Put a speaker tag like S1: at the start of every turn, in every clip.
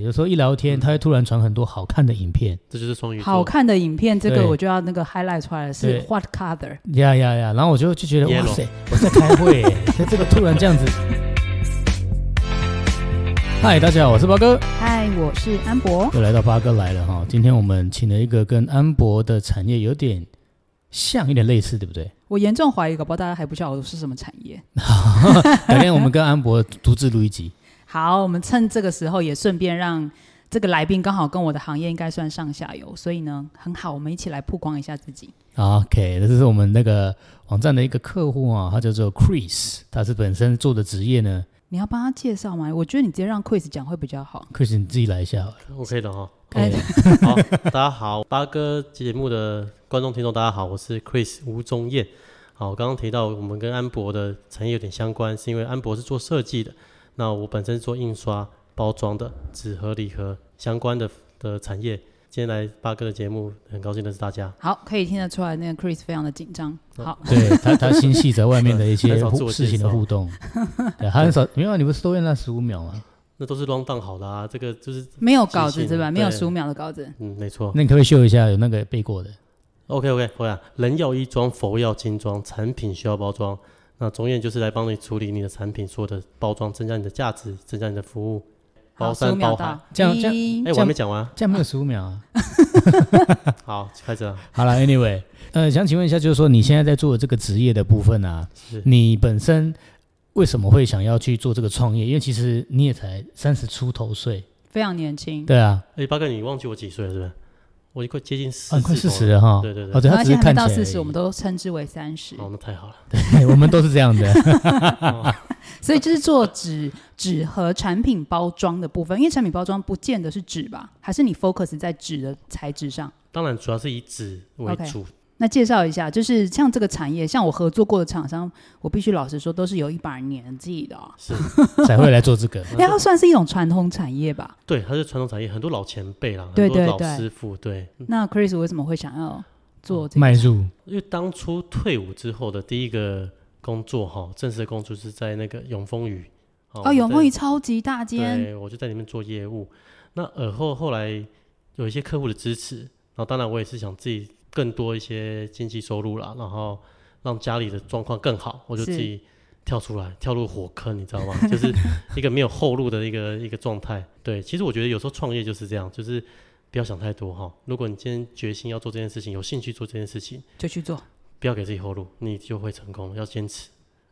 S1: 有时候一聊天，他会突然传很多好看的影片，
S2: 这就是双鱼座。
S3: 好看的影片，这
S1: 对
S3: 个我就要那个 highlight 出来了，是
S1: 对
S3: what color？
S1: 呀呀呀！然后我就就觉得
S2: Yellow
S1: 哇塞，我在开会耶，他这个突然这样子。嗨，大家好，我是八哥，
S3: 嗨，我是安博。
S1: 又来到八哥来了哈。今天我们请了一个跟安博的产业有点像，有点类似，对不对？
S3: 我严重怀疑，搞不好大家还不晓得我是什么产业。
S1: 改天我们跟安博独自录一集。
S3: 好，我们趁这个时候也顺便让这个来宾刚好跟我的行业应该算上下游，所以呢，很好，我们一起来曝光一下自己。
S1: OK，这是我们那个网站的一个客户啊，他叫做 Chris，他是本身做的职业呢
S3: 你要帮他介绍吗？我觉得你直接让 Quiz 讲会比较好。
S1: ，Chris 你自己来一下好了。
S2: OK 的哈。
S1: 可以
S3: 哎
S2: 好， 大家好，八哥节目的观众听众大家好，我是 Chris 吴宗彦。好，我刚刚提到我们跟安博的产业有点相关，是因为安博是做设计的，那我本身是做印刷、包装的、纸盒、礼盒相关的的产业。今天来八哥的节目，很高兴认识大家。
S3: 好，可以听得出来，那个 Chris 非常的紧张。
S1: 嗯
S3: 好，
S1: 对他，他心系在外面的一 些
S2: 很少自
S1: 互
S2: 我
S1: 事
S2: 介
S1: 情的
S2: 绍
S1: 互 动，对，他很少，没有啊，你不是都用那十五秒啊吗？
S2: 那都是 round down 好啦、这个就是
S3: 没有稿子
S2: 谢谢
S3: 对吧？没有
S2: 对
S3: 十五秒的稿子。
S2: 嗯，没错。
S1: 那你可不可以秀一下有那个背过的？
S2: OK OK，回来，人要衣装，佛要精装，产品需要包装。那总演就是来帮你处理你的产品所有的包装，增加你的价值，增加你的服务。
S3: 好，
S2: 包
S3: 十五
S2: 山
S3: 秒
S2: 包海
S3: 到。。
S1: 这样这样
S3: 一
S2: 哎、
S1: 这
S2: 我还没讲完啊。
S1: 这样没有十五秒 啊。
S2: 好，开始啊了。
S1: 好了，Anyway，呃，想请问一下，就是说你现在在做的这个职业的部分啊，
S2: 是
S1: 你本身为什么会想要去做这个创业？因为其实你也才三十出头岁，
S3: 非常年轻。
S1: 对啊，
S2: 哎、八哥，你忘记我几岁了是不是？我快接近四、
S1: 啊，快四十。了哈。
S2: 对对对
S1: 哦，对，他
S3: 然后
S1: 只是
S3: 现在还没
S1: 看起
S3: 到
S1: 来
S3: 四十，我们都称之为三十，
S2: 哦，那太好了。
S1: 对 我们都是这样的。
S3: 所以就是做纸纸和产品包装的部分，因为产品包装不见得是纸吧，还是你 focus 在纸的材质上。
S2: 当然，主要是以纸为
S3: OK
S2: 主。
S3: 那介绍一下，就是像这个产业，像我合作过的厂商，我必须老实说，都是有一把年纪的、哦，
S2: 是，
S1: 才会来做这个。
S3: 哎，它算是一种传统产业吧？
S2: 对，它是传统产业，很多老前辈啦，
S3: 对
S2: 很多
S3: 对
S2: 老
S3: 对
S2: 师傅，对。
S3: 那 Chris 为什么会想要做这个？
S1: 迈入
S2: 因为当初退伍之后的第一个工作哈，正式的工作是在那个永丰鱼。
S3: 哦，永
S2: 鱼。
S3: 丰鱼超级大间，
S2: 对，我就在里面做业务。那尔后后来有一些客户的支持，然后当然我也是想自己更多一些经济收入啦，然后让家里的状况更好，我就是自己跳出来，跳入火坑，你知道吗？ 就是一个没有后路的一个一个状态。对，其实我觉得有时候创业就是这样，就是不要想太多哈。如果你今天决心要做这件事情，有兴趣做这件事情，
S3: 就去做。
S2: 不要给自己后路，你就会成功，要坚持。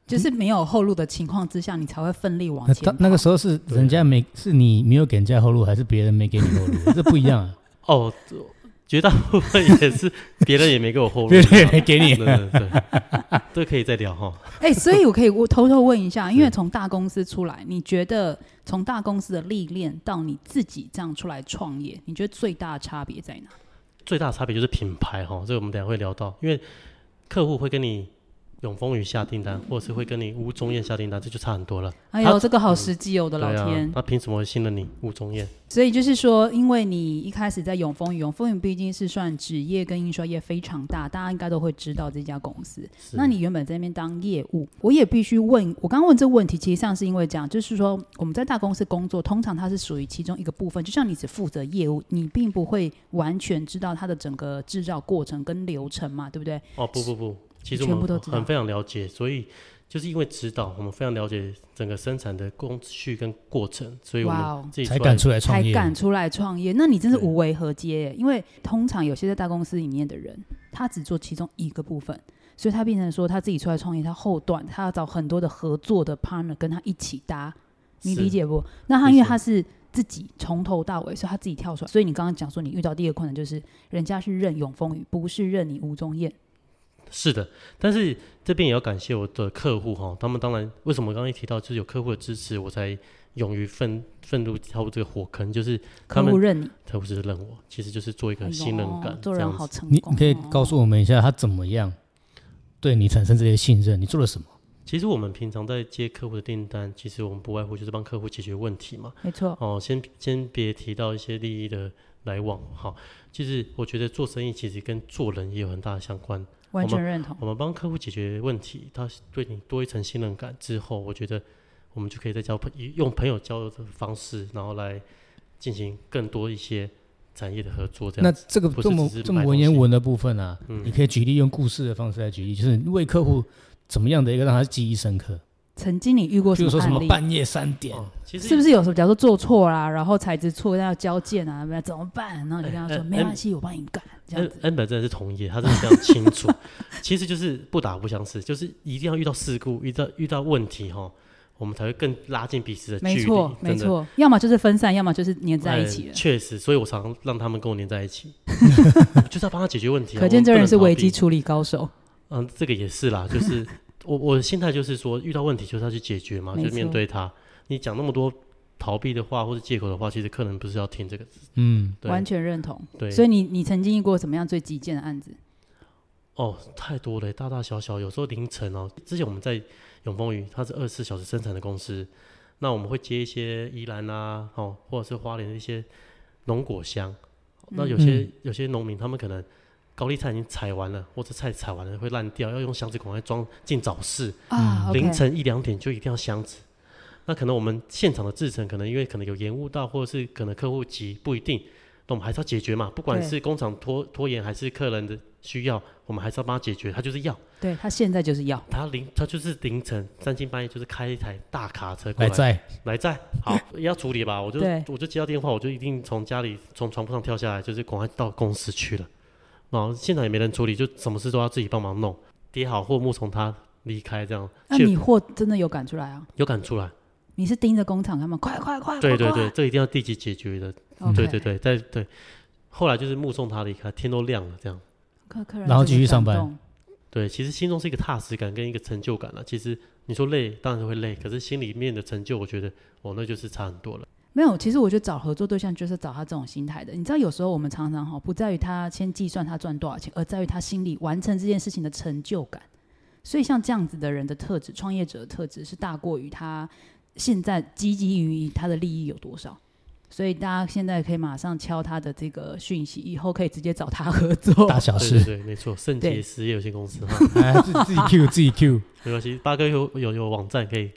S3: 就是没有后路的情况之下，你才会奋力往
S1: 那
S3: 前
S1: 当
S3: 哦跑。
S1: 那个时候是
S2: 啊
S1: 人家没是你没有给人家后路，还是别人没给你后路？这不一样、 啊，
S2: 哦，绝大部分 也是别人也没给我后路，
S1: 别人
S2: 你知
S1: 也
S2: 道吗
S1: 没给你。
S2: 对对对，这可以再聊哈。
S3: 哎、所以我可以我偷偷问一下，因为
S2: 是
S3: 从大公司出来，你觉得从大公司的历练到你自己这样出来创业，你觉得最大的差别在哪？
S2: 最大的差别就是品牌哈，这个我们等一下会聊到，因为客户会跟你永丰宇下订单，或者是会跟你吴宗燕下订单，这就差很多了。
S3: 哎呦，
S2: 他
S3: 这个好实际哦，我的
S2: 对
S3: 老天
S2: 啊！，那凭什么信任你吴宗燕？
S3: 所以就是说，因为你一开始在永丰，永丰毕竟是算纸业跟印刷业非常大，大家应该都会知道这家公司。
S2: 是
S3: 那你原本在那边当业务，我也必须问，我刚刚问这个问题，其实上是因为这样，就是说我们在大公司工作，通常它是属于其中一个部分，就像你只负责业务，你并不会完全知道它的整个制造过程跟流程嘛，对不对？
S2: 哦不不不，其实
S3: 全
S2: 我
S3: 部都
S2: 们
S3: 知道
S2: 很非常了解，所以就是因为指导，我们非常了解整个生产的工序跟过程，所以我
S3: 哇哦
S2: 们自己
S1: 才
S2: 出来
S1: 敢出来创
S3: 才
S1: 业。
S3: 敢出来创业，那你真是
S2: 对
S3: 无为和接耶。因为通常有些在大公司里面的人，他只做其中一个部分，所以他变成说他自己出来创业，他后段他要找很多的合作的 partner 跟他一起搭，你
S2: 是
S3: 理解不？那他因
S2: 理
S3: 为
S2: 解
S3: 他是自己从头到尾，所以他自己跳出来。所以你刚刚讲说，你遇到第一个困难就是人家是认永风雨，不是认你吴宗彦。
S2: 是的，但是这边也要感谢我的客户哈，他们当然为什么刚刚一提到就是有客户的支持，我才勇于奋奋入跳入这个火坑，就是他
S3: 客
S2: 们
S3: 户认你，
S2: 他不是认我，其实就是做一
S3: 哎
S2: 个
S3: 呦
S2: 信任感，
S3: 做
S2: 这
S3: 人
S2: 样
S3: 好
S2: 子。
S3: 成
S1: 你
S3: 功哦。
S1: 你可以告诉我们一下他怎么样对你产生这些信任？你做了什么？
S2: 其实我们平常在接客户的订单，其实我们不外乎就是帮客户解决问题嘛。
S3: 没错，
S2: 哦，先先别提到一些利益的来往，好，其实我觉得做生意其实跟做人也有很大的相关。
S3: 完
S2: 我
S3: 全认同。
S2: 我们帮客户解决问题，他对你多一层信任感之后，我觉得我们就可以再交朋用朋友交流的方式，然后来进行更多一些产业的合作，这
S1: 那
S2: 样子。
S1: 这个
S2: 不是
S1: 这么
S2: 只是
S1: 这么
S2: 卖
S1: 文
S2: 东
S1: 言
S2: 西
S1: 文的部分啊，
S2: 嗯
S1: 你可以举例用故事的方式来举例，就是为客户怎么样的一个让他记忆深刻，
S3: 曾经你遇过
S1: 比如说什
S3: 案
S1: 么
S3: 例？
S1: 半夜三点，
S2: 哦其实
S3: 嗯是不是有时候，假如说做错啦，然后材质错，那要交件啊，那怎么办？然后你就跟他
S2: 哎
S3: 说
S2: 哎
S3: 没关系，我帮你干，这样
S2: N
S3: 子。
S2: N 本真的是同业，他真的非常清楚。 其实就是不打不相识，就是一定要遇到事故、遇到遇到问题哈，我们才会更拉近彼此的
S3: 没
S2: 距离。
S3: 错，没
S2: 真的，
S3: 错，要么就是分散，要么就是粘在一
S2: 哎
S3: 起了。
S2: 确实，所以我常常让他们跟我黏在一 起，就是要帮他解决问题、啊。
S3: 可见这人是危
S2: 危
S3: 机
S2: 机。
S3: 处理高手。
S2: 嗯，这个也是 啦，就是我我的心态就是说，遇到问题就是要去解决嘛，
S3: 没
S2: 就
S3: 错
S2: 面对它。你讲那么多逃避的话或者借口的话，其实客人不是要听这个。
S1: 嗯，
S2: 对
S3: 完全认同。
S2: 对，
S3: 所以你你曾经遇过什么样最极限的案子？
S2: 哦，太多了，大大小小，有时候凌晨哦。之前我们在永丰鱼，它是二十四小时生产的公司，那我们会接一些宜兰啊，哦，或者是花莲的一些农果箱。那有些、
S1: 嗯
S2: 有些农民，他们可能高丽菜已经采完了，或者菜采完了会烂掉，要用箱子赶快装进早市，
S3: 啊，OK，
S2: 嗯凌晨一两点就一定要箱子。那可能我们现场的制程，可能因为可能有延误到，或者是可能客户急，不一定。那我们还是要解决嘛，不管
S3: 对
S2: 是工厂拖拖延还是客人的需要，我们还是要帮他解决。他就是要
S3: 对他现在就是要
S2: 他凌他就是凌晨三更半夜就是开一台大卡车过
S1: 来
S2: 来
S1: 在
S2: 来载，好也要处理吧。我就
S3: 对
S2: 我就接到电话，我就一定从家里从床铺上跳下来，就是赶快到公司去了。然后现场也没人处理，就什么事都要自己帮忙弄，叠好货物从他离开这样，
S3: 那
S2: 确
S3: 你货真的有赶出来啊？
S2: 有感出来。
S3: 你是盯着工厂他们快快 快，
S2: 对对
S3: 快
S2: 对，，这一定要立即解决的。
S3: 快
S2: 对对，对，在对，后来就是目送他离开，天都亮了，这样。
S3: 客客人
S1: 然后
S3: 真的
S1: 继续上
S3: 感
S1: 班
S3: 动，
S2: 对，其实心中是一个踏实感跟一个成就感了。其实你说累，当然会累，可是心里面的成就，我觉得哦，那就是差很多了。
S3: 没有，其实我觉得找合作对象就是找他这种心态的。你知道，有时候我们常常哈，不在于他先计算他赚多少钱，而在于他心里完成这件事情的成就感。所以，像这样子的人的特质，创业者的特质是大过于他现在积极于他的利益有多少。所以，大家现在可以马上敲他的这个讯息，以后可以直接找他合作
S1: 大。小
S2: 对对
S1: 事，
S2: 对，没错，圣
S3: 对
S2: 洁实业有限公司哈，
S1: 哎，自自 己 Q 自己 Q，
S2: 没关系，八哥有有有网站可以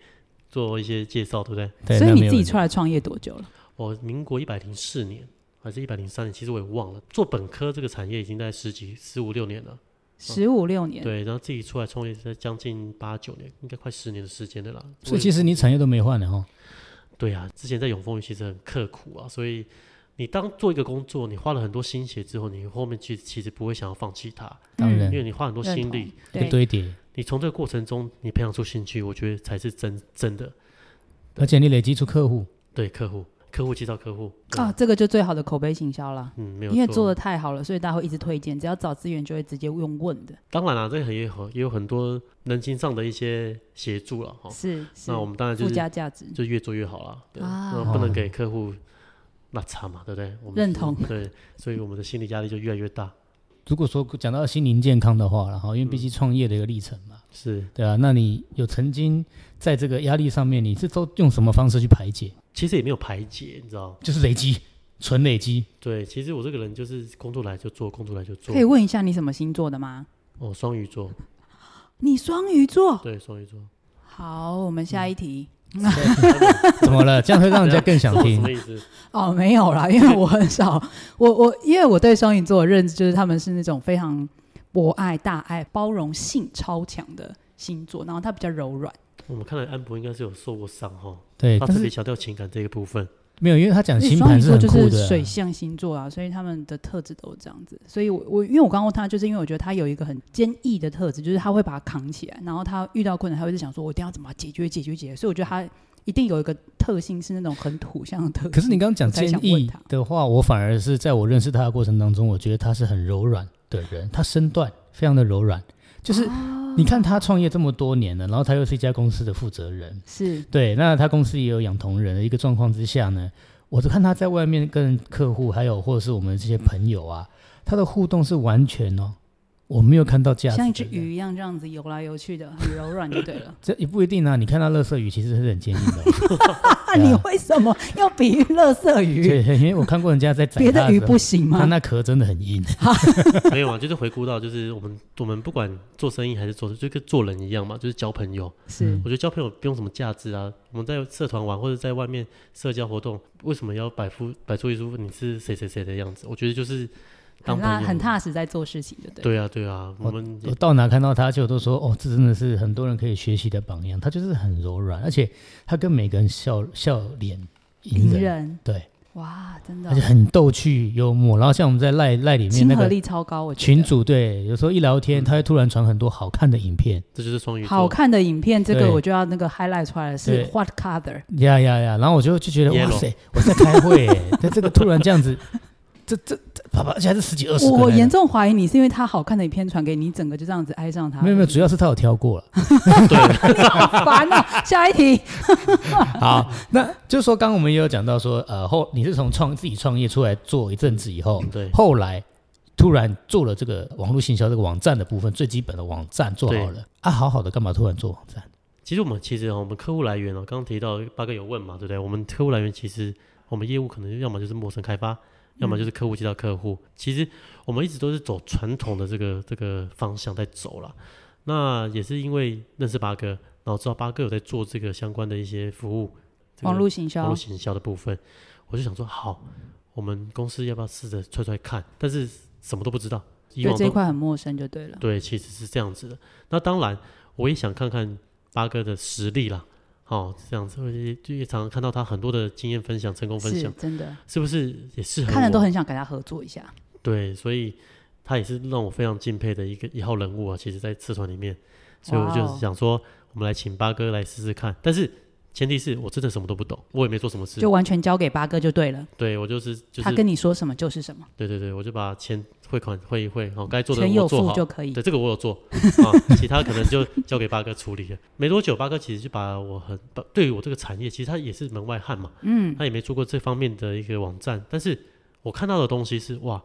S2: 做一些介绍，对不对？
S1: 对，
S3: 所以
S1: 那
S3: 你
S1: 没有
S3: 自己
S1: 问
S3: 出来创业多久了？
S2: 我民国一百零四年还是一百零三年，其实我也忘了。做本科这个产业已经在十几、十五六年了，
S3: 十五六年。
S2: 对，然后自己出来创业，在将近八九年，应该快十年的时间的啦。
S1: 所以其实你产业都没换的哦哈，
S2: 对啊，之前在永丰鱼其实很刻苦啊，所以你当做一个工作，你花了很多心血之后，你后面其实其实不会想要放弃它，
S1: 当然
S2: 因为你花很多
S3: 嗯认
S2: 心
S3: 同
S2: 力，
S1: 会
S3: 对，
S1: 堆叠，
S2: 你从这个过程中你培养出兴趣，我觉得才是真真的
S1: 而且你累积出客户，
S2: 对客户，客户介绍客户对
S3: 啊，这个就最好的口碑行销啦。
S2: 嗯，没有
S3: 因为
S2: 错
S3: 做的太好了，所以大家会一直推荐。只要找资源，就会直接用问的。
S2: 当然啦、这个也有也有很多人情上的一些协助了哈。
S3: 是是
S2: 哦那，我们当然就
S3: 附
S2: 是
S3: 加价值。
S2: 就越做越好啦，对，
S3: 啊
S2: 那不能给客户拉差嘛，对不对？我们
S3: 认
S2: 是
S3: 同
S2: 对，所以我们的心理压力就越来越大，
S1: 如果说讲到心灵健康的话，然后因为毕竟创业的一个历程嘛，
S2: 是。
S1: 对啊，那你有曾经在这个压力上面，你是都用什么方式去排解？
S2: 其实也没有排解，你知道？
S1: 就是累积，纯累积，
S2: 对，其实我这个人就是工作来就做，工作来就做
S3: 可。以问一下你什么星座的吗？
S2: 哦，双鱼座，
S3: 你双鱼座。
S2: 对，嗯双鱼 座。
S3: 好，我们下一题。
S1: 怎么了？这样会让人家更想
S2: 这什
S1: 听
S2: 么。意思？
S3: 哦，没有啦，因为我很少， 我我因为我对双鱼座的认知就是他们是那种非常博爱、大爱、包容性超强的星座，然后他比较柔软。
S2: 我们看来安博应该是有受过伤哈，
S1: 对，
S3: 哎
S2: 他
S1: 但
S2: 特别
S1: 是
S2: 强调情感这个部分。
S1: 没有，因为他讲呃
S3: 因为
S1: 星
S3: 双
S1: 盘
S3: 鱼
S1: 是
S3: 座
S1: 很
S3: 就
S1: 酷
S3: 是
S1: 的啊，
S3: 水象星座啊，所以他们的特质都是这样子。所以我，我因为我刚刚问他，就是因为我觉得他有一个很坚毅的特质，就是他会把它扛起来，然后他遇到困难，他会是想说，我一定要怎么解决解决解决。所以我觉得他一定有一个特性是那种很土象的特质。
S1: 可是你刚刚讲
S3: 我才
S1: 建
S3: 想问
S1: 议
S3: 他
S1: 的话，我反而是在我认识他的过程当中，我觉得他是很柔软的人，他身段非常的柔软，就是
S3: 哦
S1: 你看他创业这么多年了，然后他又是一家公司的负责人，
S3: 是
S1: 对，那他公司也有养同人的一个状况之下呢，我就看他在外面跟客户还有或者是我们这些朋友啊，他的互动是完全哦，我没有看到价值的
S3: 像一
S1: 人，
S3: 只鱼一样这样
S1: 。
S3: 子游来游去的，很柔软就对了
S1: 这也不一定啊。你看他乐色鱼其实是很坚硬的哦、
S3: 你为什么要比喻乐色鱼？
S1: 对，因为我看过人家在宰
S3: 别
S1: 它
S3: 的鱼
S1: 时候
S3: 不行
S1: 它
S3: 吗？
S1: 那壳真的很硬。
S2: 没有啊，就是回顾到，就是我们我们不管做生意还是做，就跟做人一样嘛，就是交朋友。
S3: 是
S1: 嗯
S2: 我觉得交朋友不用什么价值啊。我们在社团玩或者在外面社交活动，为什么要摆出摆出一副你是谁谁谁的样子？我觉得就是当
S3: 很
S2: 朋
S3: 踏
S2: 友
S3: 很踏实在做事情的，对。
S2: 对啊，对啊，我们也
S1: 我到哪看到他就都说哦，这真的是很多人可以学习的榜样。他就是很柔软，而且他跟每个人笑笑脸迎
S3: 隐
S1: 人，
S3: 忍，
S1: 对，
S3: 哇，真的
S1: 而且很逗趣幽默。然后像我们在赖赖里面
S3: 亲
S1: 那
S3: 和
S1: 个
S3: 力超高，我觉
S1: 群
S3: 得。
S1: 主，对，嗯有时候一聊天，他会突然传很多好看的影片，
S2: 这就是双鱼座。
S3: 好看的影片，这个
S1: 对
S3: 我就要那个 highlight 出来了，是
S1: 对
S3: What Color？
S1: 呀呀呀！然后我就就觉得
S2: Yellow
S1: 哇塞，我在开 会耶，但这个突然这样子，这这这，啪啪，而且还是十几二十
S3: 我
S1: 个
S3: 我
S1: 那
S3: 严
S1: 种
S3: 重怀疑你是因为他好看的影片传给你，整个就这样子爱上他。
S1: 没有没有，主要是他有挑过了。
S3: 好烦啊！下一题，
S1: 好，那就是说，刚刚我们也有讲到说，呃，后你是从创自己创业出来做一阵子以后，
S2: 对
S1: 后来突然做了这个网络行销这个网站的部分，最基本的网站做好了啊，好好的干嘛突然做网站？
S2: 其实我们其实、哦、我们客户来源哦，刚刚提到八哥有问嘛，对不对？我们客户来源其实我们业务可能要么就是陌生开发，
S3: 嗯
S2: 要么就是客户接到客户。其实我们一直都是走传统的这个这个方向在走啦。那也是因为认识八哥，然后知道八哥有在做这个相关的一些服务，这个
S3: 网络行
S2: 网络
S3: 销，
S2: 行销的部分，我就想说，好，我们公司要不要试着踹踹看？但是什么都不知道，以
S3: 对
S2: 往
S3: 这一
S2: 都
S3: 块很陌生，就对了。
S2: 对，其实是这样子的。那当然，我也想看看八哥的实力啦。好、这样子，我也就也常看到他很多的经验分享、成功分
S3: 是
S2: 享，
S3: 真的，
S2: 是不是也适合
S3: 看了
S2: 我
S3: 都很想跟他合作一下。
S2: 对，所以他也是让我非常敬佩的一个一号人物啊。其实，在社团里面，所以我
S3: 哇
S2: 就
S3: 哦
S2: 想说，我们来请八哥来试试看。但是前提是我真的什么都不懂，我也没做什么事
S3: 就。完全交给八哥就对了，
S2: 对我就是就是
S3: 他跟你说什么就是什么，
S2: 对对对，我就把钱汇款汇一汇，好、该做的
S3: 全有
S2: 我做
S3: 付
S2: 好。
S3: 就可以。
S2: 对，这个我有 做啊，其他可能就交给八哥处理了。没多久，八哥其实就把我很把对于我这个产业，其实他也是门外汉嘛，
S3: 嗯，
S2: 他也没做过这方面的一个网站，但是我看到的东西是哇，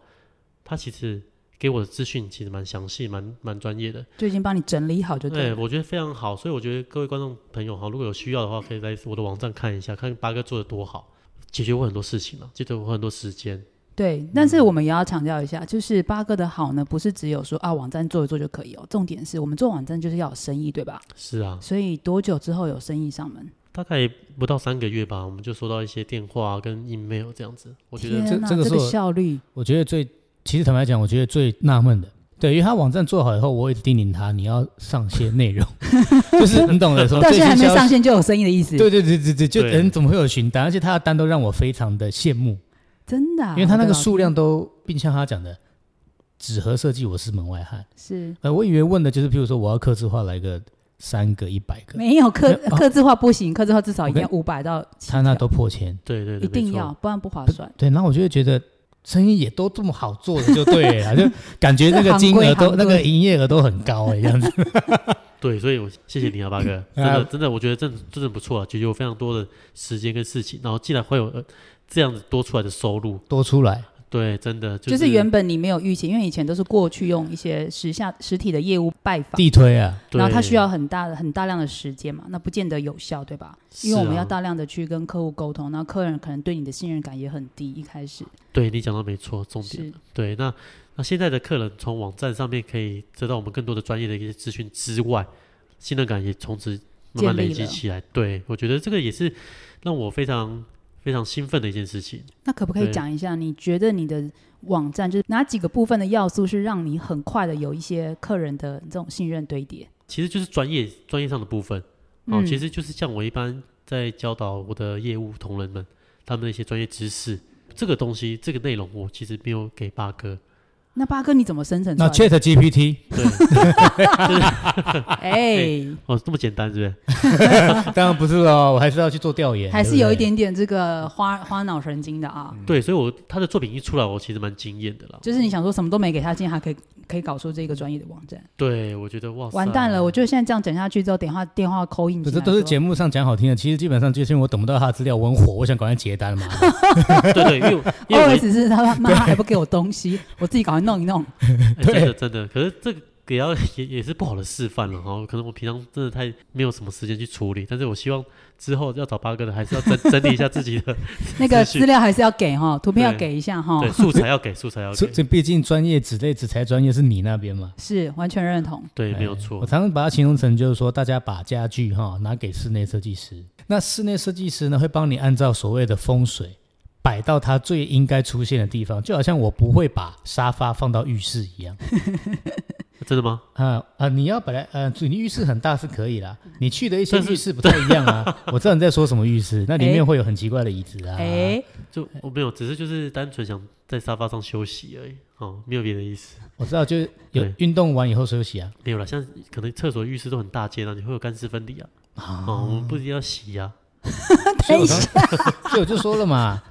S2: 他其实给我的资讯其实蛮详细、蛮蛮专业的，哎
S3: 就已经帮你整理好就对了。
S2: 我觉得非常好，所以我觉得各位观众朋友哈，如果有需要的话，可以来我的网站看一下，看八哥做的多好，解决我很多事情了、啊，解决我很多时间。
S3: 对，但
S2: 嗯
S3: 是我们也要强调一下，就是八哥的好呢，不是只有说啊网站做一做就可以哦，重点是我们做网站就是要有生意，对吧？
S2: 是啊，
S3: 所以多久之后有生意上门？
S2: 大概不到三个月吧，我们就收到一些电话啊跟 email 这样子，我觉得
S3: 天
S1: 这
S3: 呐，
S1: 这个是
S3: 个
S1: 我
S3: 效率
S1: 我觉得最，其实坦白讲，我觉得最纳闷的，对，因为他网站做好以后，我一直叮咛他，你要上些内 容，就是你懂的，什么
S3: 到
S1: 呃最
S3: 现在还
S1: 新
S3: 没
S1: 消
S3: 上
S1: 息。
S3: 线就有生意的意思，
S1: 对对对对对，就
S2: 对
S1: 人怎么会有询单？而且他的单都让我非常的羡慕，
S3: 真的啊、
S1: 因为他那
S3: 我的
S1: 个
S3: 老
S1: 数
S3: 天
S1: 量都，并像他讲的，纸盒设计我是门外汉。
S3: 是
S1: 呃，我以为问的就是，譬如说我要刻字化来个三个、一百个，
S3: 没有客
S1: 没有哦
S3: 客制化不行，客制化至少
S1: 我
S3: 一定
S1: 跟
S3: 要五百到70
S1: 他那都破千。
S2: 对对对，
S3: 一定
S2: 没错
S3: 要，不然不划算。
S1: 对，然后我就会觉得生意也都这么好做的，就对 了啦，就感觉那
S3: 这
S1: 个
S3: 行
S1: 金
S3: 规
S1: 额都
S3: 行
S1: 那个
S3: 规
S1: 营业额都很高哎、这样子。
S2: 对，所以我谢谢你啊，八哥，真
S3: 嗯
S2: 的真的，我觉得真的真的不错啊，解决我非常多的时间跟事情，然后竟然会有、呃这样子多出来的收入，
S1: 多出来，
S2: 对，真的就、
S3: 就是是原本你没有预期，因为以前都是过去用一些时下实体的业务拜访，
S1: 地推啊，
S2: 对
S3: 然后它需要很大的很大量的时间嘛，那不见得有效，对吧？
S2: 是啊
S3: 因为我们要大量的去跟客户沟通，那客人可能对你的信任感也很低，一开始
S2: 对你讲到没错，重点
S3: 是
S2: 对，那那现在的客人从网站上面可以得到我们更多的专业的一些资讯之外，信任感也从此慢慢
S3: 建立
S2: 累积
S3: 了
S2: 起来。对我觉得这个也是让我非常非常兴奋的一件事情。
S3: 那可不可以
S2: 对
S3: 讲一下，你觉得你的网站就是哪几个部分的要素是让你很快的有一些客人的这种信任堆叠？嗯
S2: 其实就是专业专业上的部分哦，其实就是像我一般在教导我的业务同仁们他们的一些专业知识，这个东西这个内容我其实没有给八 哥，
S3: 那八哥你怎么生成出
S1: 那
S3: 来的？
S1: Chat GPT
S2: 对，
S3: 哎，
S2: 哦这么简单是
S3: 嗯
S2: 不
S1: 当然不是哦，我还是要去做调研，
S3: 还
S1: 对
S3: 是
S1: 不
S3: 有一
S1: 对
S3: 点点这个花花脑神经的啊。
S2: 是？对，所以我他的作品一出来，我其实蛮惊艳的啦。
S3: 就是你想说什么都没给他，竟然还可以可以搞出这个专业的网站，
S2: 对，我觉得哇塞，
S3: 完蛋了！我觉得现在这样讲下去之后，电话电话扣印
S1: 不
S3: 进
S1: 这
S3: 来
S1: 都是
S3: 说
S1: 节目上讲好听的，其实基本上就是因为我等不到他的资料，我很火，我想赶快接 单嘛。
S2: 对对，因为我因为我
S3: ，always 是他妈妈还不给我东西，我自己赶快弄一弄。
S2: 哎真的真的，可是这个也要也也是不好的示范了哈。可能我平常真的太没有什么时间去处理，但是我希望之后要找八哥的，还是要整整理一下自己 的
S3: 那个
S2: 资
S3: 资料还是要给哈，图片要
S2: 对
S3: 给一下哈
S2: 对，素材要给，素材要
S1: 这
S2: 给，
S1: 这毕竟专业纸类纸材专业是你那边嘛，
S3: 是完全认同。
S2: 对，没有
S1: 哎
S2: 错
S1: 我。常常把它形容成就是说，大家把家具哈拿给室内设计师，那室内设计师呢会帮你按照所谓的风水摆到它最应该出现的地方，就好像我不会把沙发放到浴室一样。
S2: 真的吗？
S1: 啊啊！你要本来呃，主你浴室很大是可以
S3: 嗯
S1: 啦，你去的一些
S2: 但是
S1: 浴室不太一样 啊。我知道你在说什么浴室，那里
S3: 哎
S1: 面会有很奇怪的椅子啊。
S3: 哎、
S2: 就我没有，只是就是单纯想在沙发上休息而已，哦，没有别的意思。
S1: 我知道，就是有
S2: 对
S1: 运动完以后休息啊。
S2: 没有啦，像可能厕所、浴室都很大间啊，你会有干湿分离啊。哦，我们不一定要洗啊。
S1: 所以我
S3: 等一
S1: 刚，所以我就说了 嘛，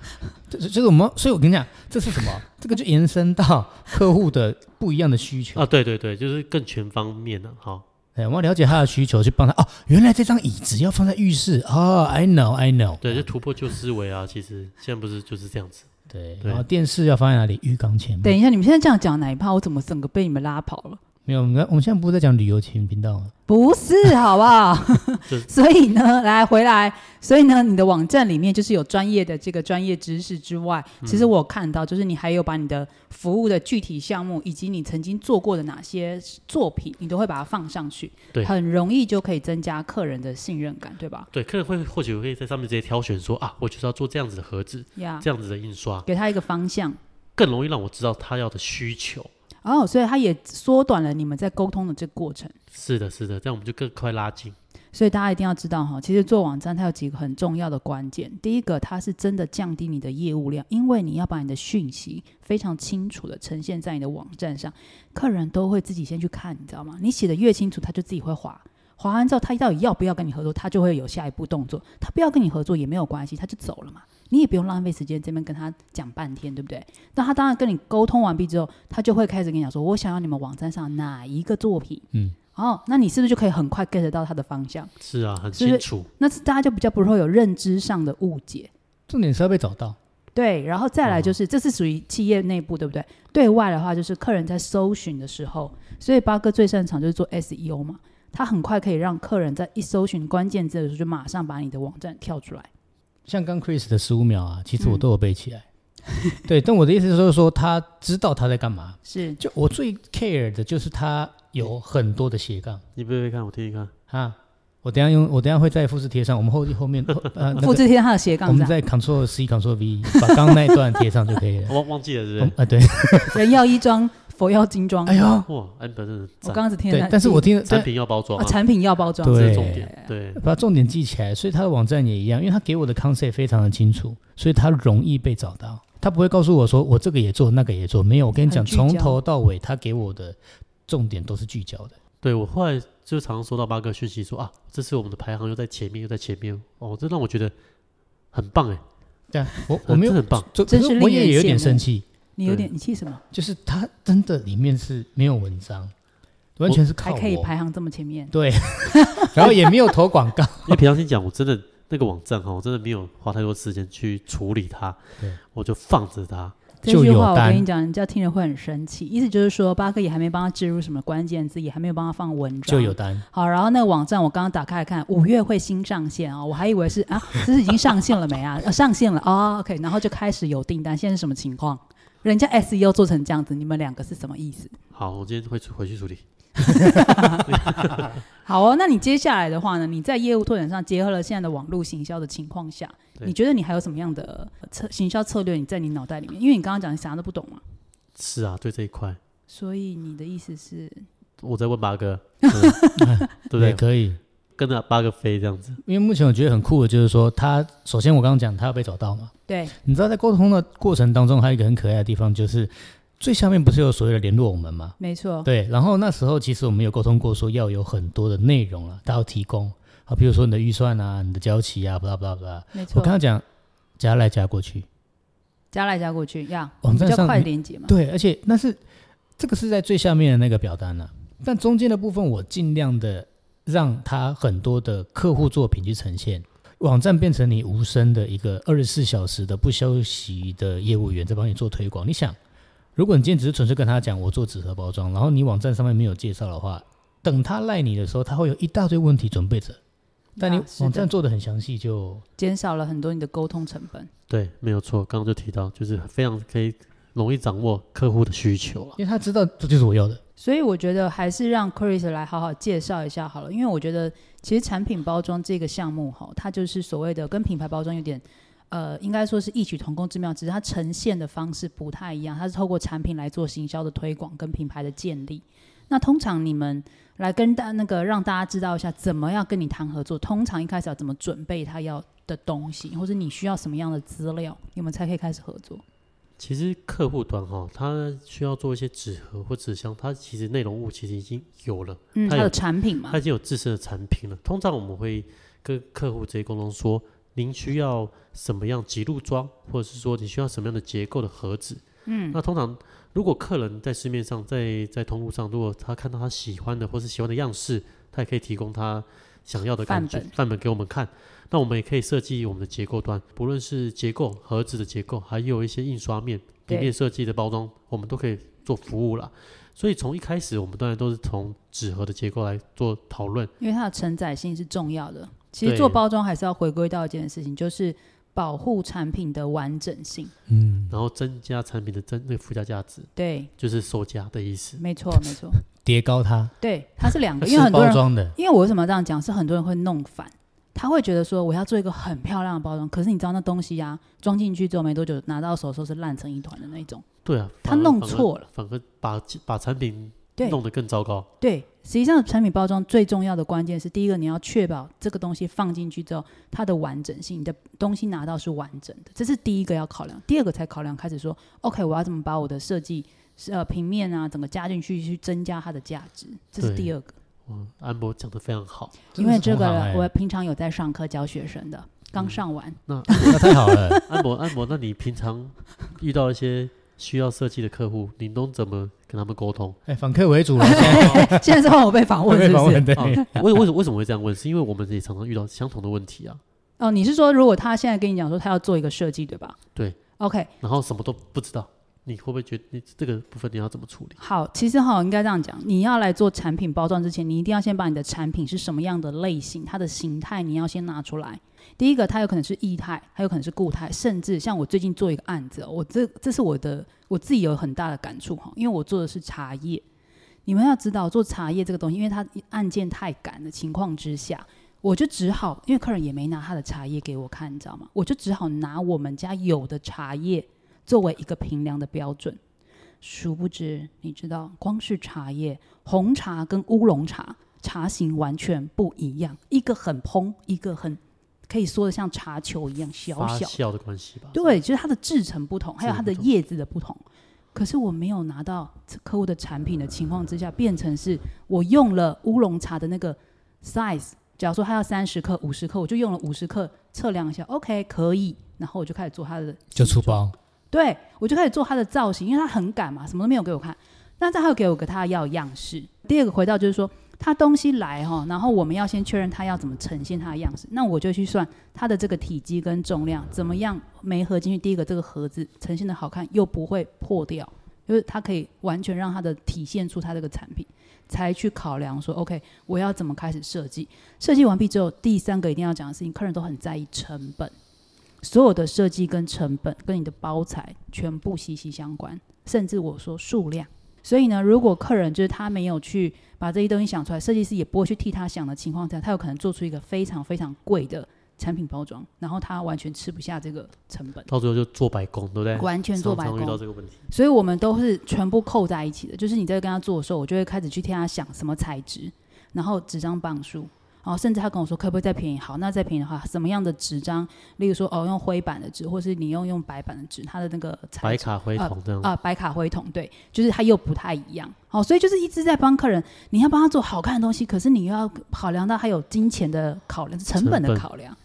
S1: 这这个我们，所以我跟你讲，这是什么？这个就延伸到客户的不一样的需求
S2: 啊，。对对对，就是更全方面的、好、
S1: 哎，我们要了解他的需求，去帮他。哦，原来这张椅子要放在浴室。哦，I know，I know。
S2: 对，就突破旧思维啊。其实现在不是就是这样子，
S1: 对，
S2: 对
S1: 然后电视要放在哪里？浴缸前
S3: 等
S1: 面。
S3: 一下，你们现在这样讲哪一趴？我怎么整个被你们拉跑了？
S1: 没有，我们我们现在不是在讲旅游情频道吗？
S3: 不是，好 不好
S2: 这？
S3: 所以呢，来回来，所以呢，你的网站里面就是有专业的这个专业知识之外，
S2: 嗯
S3: 其实我有看到，就是你还有把你的服务的具体项目，以及你曾经做过的哪些作品，你都会把它放上去，
S2: 对
S3: 很容易就可以增加客人的信任感，对吧？
S2: 对，客人会或许会在上面直接挑选说啊，我就是要做这样子的盒子，
S3: 呀、
S2: 这样子的印刷，
S3: 给他一个方向。
S2: 更容易让我知道他要的需求。
S3: 哦，所以他也缩短了你们在沟通的这个过程。
S2: 是的，是的，这样我们就更快拉近。
S3: 所以大家一定要知道哈，其实做网站它有几个很重要的关键。第一个，它是真的降低你的业务量，因为你要把你的讯息非常清楚的呈现在你的网站上，客人都会自己先去看，你知道吗？你写的越清楚，他就自己会划。划完之后，他到底要不要跟你合作，他就会有下一步动作。他不要跟你合作也没有关系，他就走了嘛。你也不用浪费时间这边跟他讲半天，对不对？那他当然跟你沟通完毕之后，他就会开始跟你讲说，我想要你们网站上哪一个作品。
S1: 嗯，
S3: 哦，那你是不是就可以很快 get 到他的方向？
S2: 是啊，很
S3: 就是
S2: 清楚。
S3: 那是大家就比较不会有认知上的误解。嗯
S1: 重点是要被找到。
S3: 对，然后再来就是，这是属于企业内部，对不对？对外的话，就是客人在搜寻的时候，所以八哥最擅长就是做 SEO 嘛，他很快可以让客人在一搜寻关键字的时候，就马上把你的网站跳出来。
S1: 像刚 Chris 的十五秒啊，其实我
S3: 嗯
S1: 都有背起来。 对，但我的意思就是说，他知道他在干嘛。
S3: 是，
S1: 就我最 care 的就是他有很多的斜杠
S2: 你背背看，我听听看。
S1: 啊。我等一下用，我等一下会在复制贴上，我们后后面后呃那
S3: 复
S1: 个，
S3: 制贴上他的斜
S1: 我
S3: 杠
S1: 们
S3: 上，
S1: 在 Ctrl C Ctrl V 把刚刚那一段贴上就可以 了。
S2: 我忘忘记了，是不
S1: 嗯
S2: 是？
S1: 啊，对，
S3: 哦人要衣装，佛要金装。
S1: 哎呦，
S2: 哇，安本真的
S3: 我
S2: 赞，
S3: 刚刚只听
S1: 对
S3: 了，，
S1: 但是我听
S2: 产
S1: 但
S2: 品要包装啊，
S3: 啊，产品要包装，
S1: 对
S2: 这是重点。对，
S1: 把重点记起来，所以他的网站也一样，因为他给我的 concept 非常的清楚，所以他容易被找到。他不会告诉我说我这个也做，那个也做，没有。我跟你讲，
S3: 很聚焦
S1: 从头到尾他给我的重点都是聚焦的。
S2: 对我后来就常常收到八哥讯息说啊，这次我们的排行又在前面，又在前面哦，这让我觉得很棒哎，
S1: 对啊，我
S2: 呃
S1: 我 没有
S2: 这很棒，
S1: 就
S3: 真是
S1: 可
S3: 令
S1: 我也
S3: 人
S1: 有
S3: 羡
S1: 点
S3: 慕
S1: 生气，
S3: 你有点，你气什么？
S1: 就是它真的里面是没有文章，完全是靠
S3: 还
S1: 我，
S3: 可以排行这么前面，
S1: 然后也没有投广告，
S2: 因为平常心讲，我真的那个网站哈，我真的没有花太多时间去处理它
S1: 对，
S2: 我就放着它。
S3: 这
S1: 就
S3: 句
S1: 有
S3: 话我
S1: 单
S3: 跟你讲，人家听了会很生气。意思就是说，巴克也还没帮他植入什么关键字，也还没有帮他放文章。
S1: 就有单。
S3: 好，然后那个网站我刚刚打开来看，五月会新上线啊、我还以为是啊，这是已经上线了没啊？啊上线了哦 o k 然后就开始有订单。现在是什么情况？人家 SEO 做成这样子，你们两个是什么意思？
S2: 好，我今天会回去处理。
S3: 好哦，那你接下来的话呢？你在业务拓展上结合了现在的网络行销的情况下，
S2: 对
S3: 你觉得你还有什么样的呃策行销策略？你在你脑袋里面，因为你刚刚讲你啥都不懂嘛，
S2: 是啊，对这一块，
S3: 所以你的意思是
S2: 我在问八哥， 真的对不
S1: 也
S2: 对？
S1: 可以，
S2: 跟着八哥飞这样子，
S1: 因为目前我觉得很酷的就是说，他首先我刚刚讲他要被找到嘛，
S3: 对
S1: 你知道在沟通的过程当中，还有一个很可爱的地方就是最下面不是有所谓的联络我们吗？
S3: 没错，
S1: 对，然后那时候其实我们有沟通过，说要有很多的内容啊，他要提供啊，比如说你的预算啊、你的交期啊，不啦不啦不啦。
S3: 没
S1: 我
S3: 错
S1: 刚，刚讲加来加过去，
S3: 加来加过去呀，
S1: 网站
S3: 比较
S1: 上
S3: 快
S1: 你
S3: 连接嘛。
S1: 对，而且那是这个是在最下面的那个表单了、啊但中间的部分我尽量的让它很多的客户作品去呈现，网站变成你无声的一个二十四小时的不休息的业务员在帮你做推广。你想，如果你今天只是纯粹跟他讲我做纸盒包装，然后你网站上面没有介绍的话，等他赖你的时候，他会有一大堆问题准备着。但你
S3: 啊是的哦
S1: 网站做的很详细就，
S3: 减少了很多你的沟通成本。
S2: 对，没有错，刚刚就提到，就是非常可以容易掌握客户的需求啊了。
S1: 因为他知道这就是我要的。
S3: 所以我觉得还是让 Chris 来好好介绍一下好了，因为我觉得其实产品包装这个项目哈，它就是所谓的跟品牌包装有点。呃，应该说是异曲同工之妙，只是它呈现的方式不太一样。它是透过产品来做行销的推广跟品牌的建立。那通常你们来跟大那个让大家知道一下，怎么样跟你谈合作？通常一开始要怎么准备他要的东西，或者你需要什么样的资料，你们才可以开始合作？
S2: 其实客户端哈、他需要做一些纸盒或纸箱，它其实内容物其实已经有了，
S3: 嗯，
S2: 它
S3: 它
S2: 有
S3: 的产品嘛
S2: 它，已经有自身的产品了。通常我们会跟客户直接沟通说，您需要什么样集入装，或者是说你需要什么样的结构的盒子。嗯，那通常如果客人在市面上，在在通路上，如果他看到他喜欢的或是喜欢的样式，他也可以提供他想要的感觉
S3: 范本
S2: 范本给我们看。那我们也可以设计我们的结构端，不论是结构盒子的结构，还有一些印刷面、
S3: 对
S2: 平面设计的包装，我们都可以做服务啦。所以从一开始，我们当然都是从纸盒的结构来做讨论。
S3: 因为它的承载性是重要的。其实
S2: 对
S3: 做包装还是要回归到一件事情，就是保护产品的完整性。
S1: 嗯，
S2: 然后增加产品的增那个附加价值，
S3: 对，
S2: 就是售价的意思。
S3: 没错，没错，
S1: 叠高它
S3: 对，它是两个，因
S1: 是
S3: 为很多
S1: 包
S3: 人，
S1: 装的，
S3: 因为我为什么这样讲，是很多人会弄反，他会觉得说我要做一个很漂亮的包装，可是你知道那东西啊，装进去之后没多久，拿到手的时候是烂成一团的那一种，
S2: 对啊，
S3: 他
S2: 反而
S3: 弄错了，
S2: 反而反而把把产品
S3: 对
S2: 弄得更糟糕。
S3: 对，实际上产品包装最重要的关键是，第一个你要确保这个东西放进去之后，它的完整性，你的东西拿到是完整的，这是第一个要考量。第二个才考量开始说，OK，我要怎么把我的设计呃平面啊整个加进去，去增加它的价值，这是
S2: 对
S3: 第二个。
S2: 嗯，安博讲的非常好，
S3: 因为这
S1: 真的是同
S3: 个
S1: 行欸
S3: 我平常有在上课教学生的，刚上完。
S1: 那太好了。
S2: 安博安博，那你平常遇到一些需要设计的客户，你都怎么跟他们沟 通？
S1: 哎，反客为主了，现在
S3: 现在是 换我被访问，
S1: 会
S3: 是哦
S1: 被访
S3: 不
S1: 问
S3: 是？
S1: 对。
S2: 啊，为为什么为什么会这样问？是因为我们也常常遇到相同的问题啊。
S3: 哦，你是说如果他现在跟你讲说他要做一个设计，对吧？
S2: 对。
S3: OK，
S2: 然后什么都不知道，你会不会觉得你这个部分你要怎么处理？
S3: 好，其实哈，应该这样讲，你要来做产品包装之前，你一定要先把你的产品是什么样的类型，它的形态，你要先拿出来。第一个，它有可能是液态，还有可能是固态，甚至像我最近做一个案子哦，我这这是我的我自己有很大的感触哈，因为我做的是茶叶。你们要知道，做茶叶这个东西，因为它案件太赶的情况之下，我就只好，因为客人也没拿他的茶叶给我看，你知道吗？我就只好拿我们家有的茶叶作为一个评量的标准。殊不知，你知道，光是茶叶，红茶跟乌龙茶茶型完全不一样，一个很蓬，一个很可以说的像茶球一样小
S2: 发
S3: 小。
S2: 酵的关系吧。
S3: 对，就是它的制成不同，还有它的
S2: 制成不
S3: 叶子的不同。可是我没有拿到这客户的产品的情况之下，变成是我用了乌龙茶的那个 size，假如说它要三十克、五十克，我就用了五十克测量一下，OK 可以，然后我就开始做它的
S1: 就出 包，
S3: 对我就开始做它的造型，因为它很赶嘛，什么都没有给我看。那他有给我个他要的样式。第二个回到就是说，他东西来哈，然后我们要先确认他要怎么呈现他的样式。那我就去算它的这个体积跟重量怎么样没合进去。第一个，这个盒子呈现的好看又不会破掉，就是它可以完全让它的体现出它这个产品，才去考量说，OK，我要怎么开始设计。设计完毕之后，第三个一定要讲的事情，客人都很在意成本。所有的设计跟成本跟你的包材全部息息相关，甚至我说数量。所以呢，如果客人就是他没有去把这些东西想出来，设计师也不会去替他想的情况下，他有可能做出一个非常非常贵的产品包装，然后他完全吃不下这个成本，
S2: 到最后就做白工，对不对？
S3: 完全做白
S2: 常常遇到
S3: 工。
S2: 这个问题。
S3: 所以我们都是全部扣在一起的。就是你在跟他做的时候，我就会开始去替他想什么材质，然后纸张磅数，然后甚至他跟我说可不可以再便宜？好，那再便宜的话，什么样的纸张？例如说哦，用灰板的纸，或是你用用白板的纸，它的那个材
S2: 白
S3: 质。
S2: 卡灰
S3: 呃
S2: 桶这样
S3: 啊、白卡灰桶对，就是它又不太一样，好、所以就是一直在帮客人，你要帮他做好看的东西，可是你又要考量到还有金钱的考量、成本的
S2: 成本
S3: 考量，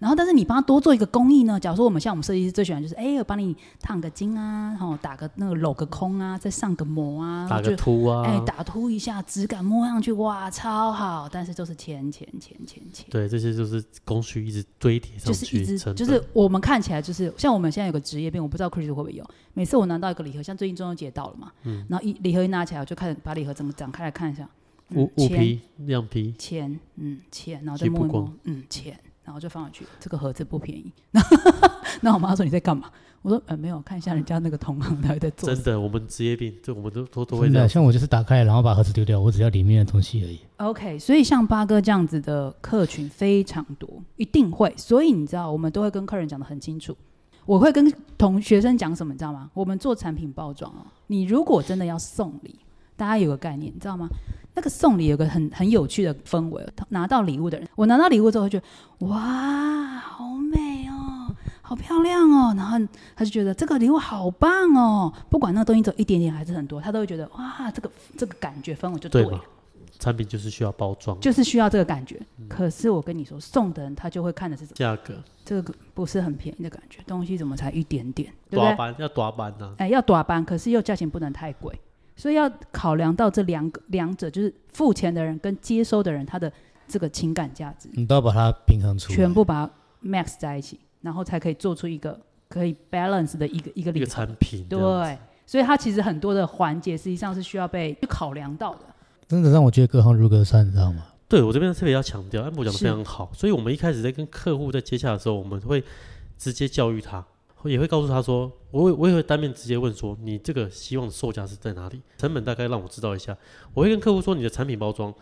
S3: 然后，但是你帮他多做一个工艺呢？假如说我们像我们设计师最喜欢就是，哎，我帮你烫个金啊，然后打个那个镂个空啊，再上个膜啊，
S2: 打
S3: 就
S2: 个凸啊，
S3: 哎打凸一下，质感摸上去哇超好，但是就是钱钱钱钱钱，
S2: 对，这些就是工序一直堆叠上
S3: 就是一
S2: 去，
S3: 直
S2: 成
S3: 就是我们看起来就是像我们现在有个职业病，我不知道 Chris 会不会有。每次我拿到一个礼盒，像最近中秋节到了嘛，
S2: 嗯
S3: 然后一礼盒一拿起来，我就开始把礼盒整个展开来看一下，嗯
S2: 物物
S3: 钱
S2: 批样批，
S3: 钱，嗯，钱，然后
S2: 其
S3: 再
S2: 实
S3: 摸一
S2: 不
S3: 摸
S2: 光，
S3: 嗯，钱，然后就放回去。这个盒子不便宜。 那我妈说你在干嘛？我说呃没有，看一下人家那个同行到底在做
S2: 真
S3: 什么。
S2: 的，我们职业病，这我们都都都会
S1: 真
S2: 这
S1: 的，
S2: 样。
S1: 像我就是打开然后把盒子丢掉，我只要里面的东西而已。
S3: OK，所以像八哥这样子的客群非常多，一定会。所以你知道，我们都会跟客人讲的很清楚。我会跟同学生讲什么，你知道吗？我们做产品包装哦，你如果真的要送礼，大家有个概念，你知道吗？那个送礼有个很很有趣的氛围哦，拿到礼物的人，我拿到礼物之后会觉得哇，好美哦，好漂亮哦，然后他就觉得这个礼物好棒哦，不管那个东西只有一点点还是很多，他都会觉得哇，这个这个感觉氛围就对
S2: 对
S3: 了
S2: 嘛。？产品就是需要包装，
S3: 就是需要这个感觉。
S2: 嗯
S3: 可是我跟你说，送的人他就会看的是
S2: 价格
S3: 这个不是很便宜的感觉，东西怎么才一点点，对不
S2: 短
S3: 对？
S2: 板要啊短板呐，
S3: 哎，要短班，可是又价钱不能太贵，所以要考量到这两个两者，就是付钱的人跟接收的人他的这个情感价值，
S1: 你都要把它平衡出来。
S3: 全部把它 max 在一起，然后才可以做出一个可以 balance 的一个一个
S2: 一
S3: 礼
S2: 个
S3: 盒。
S2: 产品这样子
S3: 对，所以它其实很多的环节实际上是需要被考量到的。
S1: 真的让我觉得各行如隔山，你知 道吗？
S2: 对我这边特别要强调，安博讲的
S3: 是
S2: 非常好，所以我们一开始在跟客户在接洽的时候，我们会直接教育他，也会告诉他说，我会我也会当面直接问说，你这个希望的售价是在哪里，成本大概让我知道一下。我会跟客户说，你的产品包装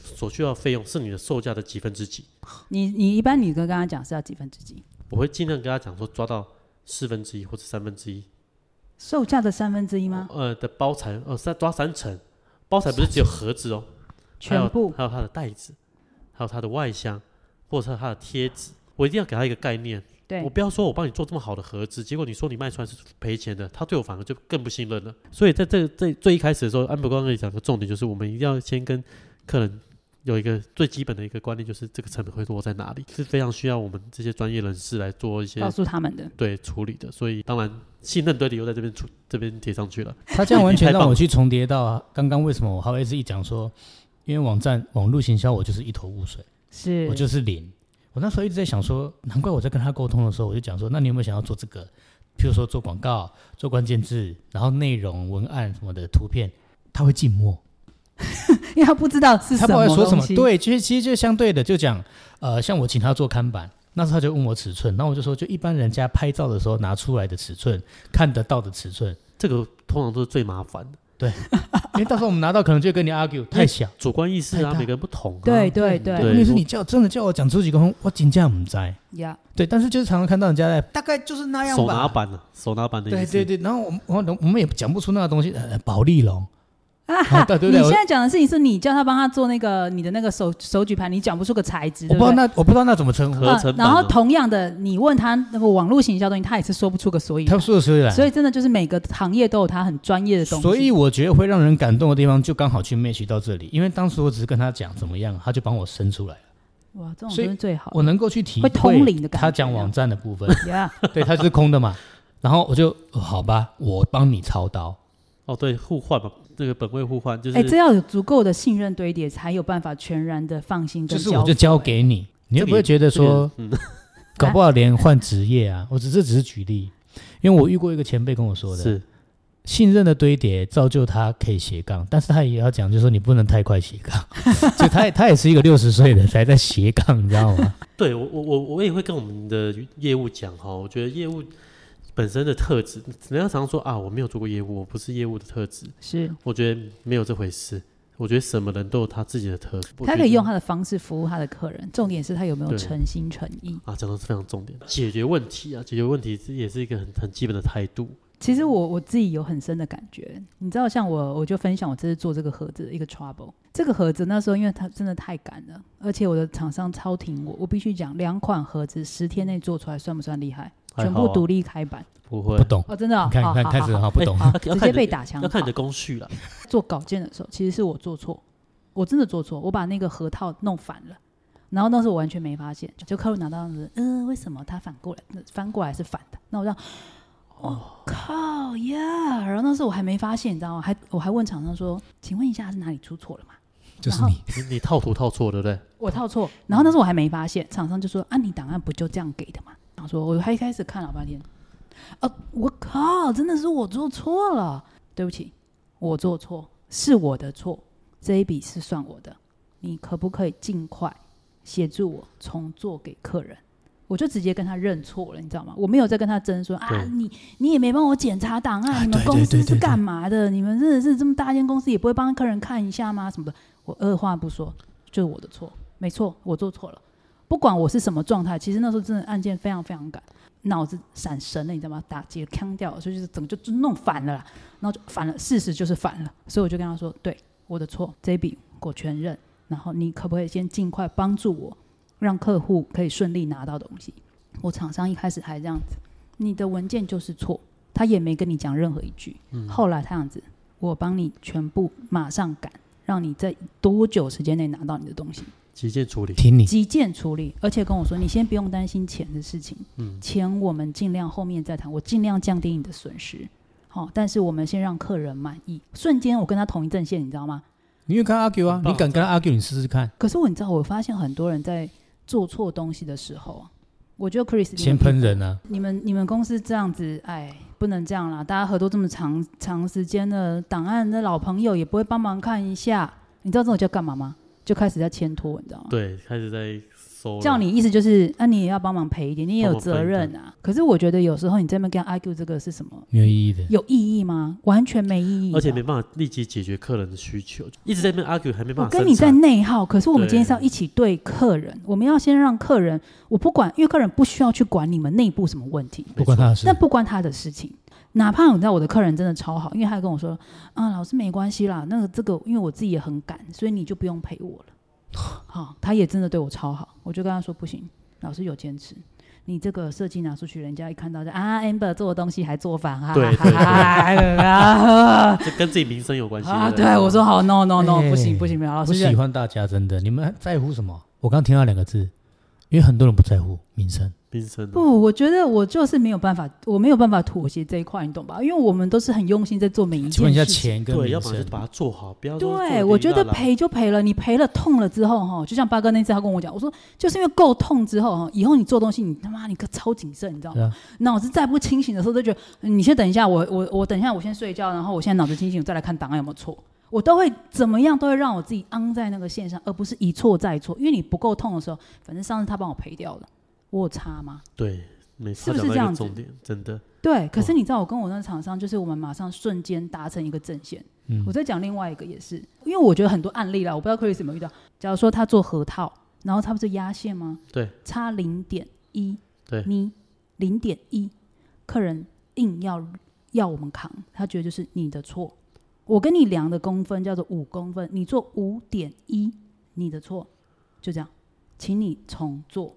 S2: 所需要的费用是你的售价的几分之几，
S3: 你你一般你跟刚刚讲是要几分之几？
S2: 我会尽量跟他讲说抓到四分之一或者三分之一，
S3: 售价的三分之一吗？
S2: 呃的包材，呃三抓三成，包材不是只有盒子哦，还有
S3: 全部
S2: 还有它的袋子，还有它的外箱，或者是它的贴纸，我一定要给他一个概念。
S3: 对
S2: 我，不要说我帮你做这么好的盒子，结果你说你卖出来是赔钱的，他对我反而就更不信任了。所以在这这最一开始的时候，安博刚刚也讲的重点就是，我们一定要先跟客人有一个最基本的一个观念，就是这个成本会落在哪里，是非常需要我们这些专业人士来做一些
S3: 告诉他们的。
S2: 对处理的。所以当然信任堆叠又在这边出这边贴上去了。
S1: 他这样完全
S2: 太棒
S1: 让我去重叠到啊，刚刚为什么我还会是一讲说，因为网站网络行销我就是一头雾水，
S3: 是，
S1: 我就是零。我那时候一直在想说，难怪我在跟他沟通的时候，我就讲说，那你有没有想要做这个？譬如说做广告、做关键字，然后内容、文案什么的图片，他会静默，
S3: 因为他不知道是
S1: 他
S3: 什
S1: 不
S3: 么
S1: 会说什
S3: 东
S1: 么。
S3: 西，
S1: 对，其实其实就相对的，就讲呃，像我请他做看板，那时候他就问我尺寸，那我就说，就一般人家拍照的时候拿出来的尺寸，看得到的尺寸，
S2: 这个通常都是最麻烦的，
S1: 因为到时候我们拿到可能就会跟你 argue 太小。
S2: 主观意识
S1: 太
S2: 啊，
S1: 大
S2: 每个人不同、啊。
S3: 对对
S2: 对
S3: 对
S1: 问题是你叫真的叫我讲出几个红，我真正唔知。
S3: 呀，
S1: 对，但是就是常常看到人家在大概就是那样
S2: 手拿
S1: 吧。
S2: 板啊，手拿板的
S1: 对
S2: 意思。
S1: 对对，然后我们我们我们也讲不出那个东西，呃，保利龙，
S3: 啊
S1: 好
S3: 哈！
S1: 对对
S3: 你
S1: 对
S3: 现在讲的事情是你叫他帮他做那个你的那个手手举盘，你讲不出个材质，
S1: 我
S3: 对
S1: 不知道
S3: 对？
S1: 那我不知道哦那怎么称呼
S2: 合。
S3: 嗯
S2: 成版
S3: 然后
S2: 嘛
S3: 同样的，你问他那个网络行销东西，他也是说不出个所以
S1: 他
S3: 然。
S1: 说的是来，
S3: 所以真的就是每个行业都有他很专业的东西。
S1: 所以我觉得会让人感动的地方就刚好去 match 到这里，因为当时我只是跟他讲怎么样，他就帮我生出来了，
S3: 哇，这种
S1: 所以
S3: 真是最好
S1: 我能够去体
S3: 会
S1: 会
S3: 通灵的感觉
S1: 他
S3: 啊
S1: 讲网站的部分，
S3: 呀。
S1: 对，它就是空的嘛。然后我就、哦好吧，我帮你操刀。
S2: 哦，对，互换嘛，这个本位互换就是、
S3: 哎，这要有足够的信任堆叠，才有办法全然的放心
S1: 就
S3: 跟
S1: 是
S3: 交
S1: 我就
S3: 付。
S1: 交给你，你会不会觉得说，
S2: 嗯
S1: 搞不好连换职业啊？我只这只是举例，因为我遇过一个前辈跟我说的，
S2: 是
S1: 信任的堆叠造就他可以斜杠，但是他也要讲，就是说你不能太快斜杠， 所以他也他也是一个六十岁的才在斜杠，你知道 吗？
S2: 对我我我我也会跟我们的业务讲哈，我觉得业务本身的特质，人家常说啊，我没有做过业务，我不是业务的特质，
S3: 是，
S2: 我觉得没有这回事。我觉得什么人都有他自己的特质，我
S3: 他
S2: 觉
S3: 可以
S2: 得
S3: 用他的方式服务他的客人，重点是他有没有
S2: 对
S3: 诚心诚意。
S2: 啊，讲到是非常重点，解决问题啊，解决问题这也是一个很很基本的态度。
S3: 其实我我自己有很深的感觉，你知道，像我我就分享我这次做这个盒子的一个 trouble。这个盒子那时候因为它真的太赶了，而且我的厂商超挺我，我必须讲两款盒子十天内做出来算不算厉害？
S2: 还
S3: 全
S2: 好
S3: 部
S2: 啊
S3: 独立开版
S2: 不会
S1: 不，懂，
S3: 哦，真的、哦，
S1: 你看
S3: 好
S1: 你看
S3: 好
S1: 开始
S3: 好
S1: 哈
S3: 好
S1: 不懂，
S3: 好
S2: 要看
S3: 直接
S2: 你的
S3: 被打枪
S2: 要看你的
S3: 好
S2: 工序了。
S3: 做稿件的时候，其实是我做错，我真的做错，我把那个核套弄反了。然后那时候我完全没发现，就客户拿到那个，嗯、为什么他反过来翻过来是反的？那我让，哦靠呀！然后那时候我还没发现，你知道吗？还我还问厂商说，请问一下是哪里出错了吗？
S4: 就是
S3: 然后
S4: 你，
S2: 你你套图套错，对不对？
S3: 我套错，然后那时候我还没发现，厂商就说啊，你档案不就这样给的吗？然后说，我还一开始看老半天，啊，我靠，真的是我做错了，对不起，我做错，是我的错，这一笔是算我的，你可不可以尽快协助我重做给客人？我就直接跟他认错了，你知道吗？我没有再跟他争说啊
S2: 对，
S3: 你你也没帮我检查档案，
S4: 啊
S3: 你们
S4: 对
S3: 公
S4: 对
S3: 司
S4: 对
S3: 是
S4: 对
S3: 干嘛的？你们真的是这么大间公司，也不会帮客人看一下吗？什么的？我二话不说，就是我的错，没错，我做错了。不管我是什么状态，其实那时候真的案件非常非常赶，脑子闪神了，你知道吗？打结腔掉了，所以就是整个就就弄反了啦，然后就反了，事实就是反了，所以我就跟他说，对，我的错，这一笔我全认，然后你可不可以先尽快帮助我，让客户可以顺利拿到东西？我厂商一开始还这样子，你的文件就是错，他也没跟你讲任何一句，后来他这样子，我帮你全部马上赶，让你在多久时间内拿到你的东西。
S2: 极简处理，
S4: 挺你，
S3: 急件处理，而且跟我说，你先不用担心钱的事情，
S2: 嗯
S3: 钱我们尽量后面再谈，我尽量降低你的损失。好、但是我们先让客人满意。瞬间我跟他同一阵线，你知道吗？
S1: 你有跟他 argue 啊
S3: 哦
S2: 很？棒
S1: 你敢跟他 argue，你试试看，
S3: 可是我你知道，我发现很多人在做错东西的时候啊，我觉得 Chris
S1: 先喷人啊！
S3: 你们你们公司这样子，哎，不能这样啦！大家合作这么长长时间了，档案的老朋友也不会帮忙看一下，你知道这种叫干嘛吗？就开始在牵拖，你知道吗？
S2: 对，啊开始在收了
S3: 叫你意思就是，那、你也要帮忙赔一点，你也有责任啊。可是我觉得有时候你在那边跟 argue 这个是什么，
S1: 没有意义的。
S3: 有意义吗？完全没意义的。啊
S2: 而且没办法立即解决客人的需求，一直在那边 argue，还没
S3: 我
S2: 办法
S3: 跟
S2: 生
S3: 你在
S2: 产。
S3: 内耗，可是我们
S2: 对
S3: 今天是要一起对客人，我们要先让客人，我不管，因为客人不需要去管你们内部什么问题，
S1: 不关他的事
S3: 那，不关他的事情。哪怕你知道我的客人真的超好，因为他还跟我说啊，老师没关系啦，那个这个因为我自己也很赶，所以你就不用陪 我了。好、他也真的对我超好，我就跟他说不行，老师有坚持，你这个设计拿出去，人家一看到就啊，amber 做的东西还做反啊，
S2: 对对对
S3: 啊
S2: 这跟自己名声 有关系
S3: 啊，
S2: 不对
S3: 对我说好，no no no，
S1: 哎
S3: 不行不行不行，老
S1: 不
S3: 师
S1: 喜
S3: 认
S1: 欢大家真的，你们在乎什么？我刚听到两个字，因为很多人不在乎民生。
S2: 名声哦
S3: 不，我觉得我就是没有办法，我没有办法妥协这一块，你懂吧？因为我们都是很用心在做每一件事
S1: 请
S3: 情。
S1: 问一下，钱跟
S2: 对，要
S1: 民
S2: 么就
S1: 生，
S2: 把它做好，不要说做
S3: 对，
S2: 哩
S3: 我觉
S2: 啦
S3: 得
S2: 啦
S3: 赔就赔了，你赔了痛了之后哈，就像八哥那次他跟我讲，我说就是因为够痛之后哈，以后你做东西你他妈你可超谨慎，你知道
S1: 对啊？
S3: 吗脑子再不清醒的时候，就觉得嗯你先等一下，我我我等一下，我先睡觉，然后我现在脑子清醒，我再来看档案有没有错。我都会怎么样，都会让我自己昂在那个线上，而不是一错再错。因为你不够痛的时候，反正上次他帮我赔掉了，我有差吗？
S2: 对，没
S3: 是
S2: 错，
S3: 不是
S2: 讲到
S3: 这
S2: 一
S3: 样
S2: 个
S3: 子
S2: 重点，真的
S3: 对，可
S2: 哦
S3: 是你知道，我跟我那个厂商，就是我们马上瞬间达成一个阵线。
S1: 嗯
S3: 我再讲另外一个也是，因为我觉得很多案例啦，我不知道 Chris 有没有遇到。假如说他做核套，然后他不是压线吗？
S2: 对，
S3: 差零点一，
S2: 对
S3: 你零点一，客人硬要要我们扛，他觉得就是你的错。我跟你量的公分叫做五公分，你做五点一，你的错，就这样，请你重做。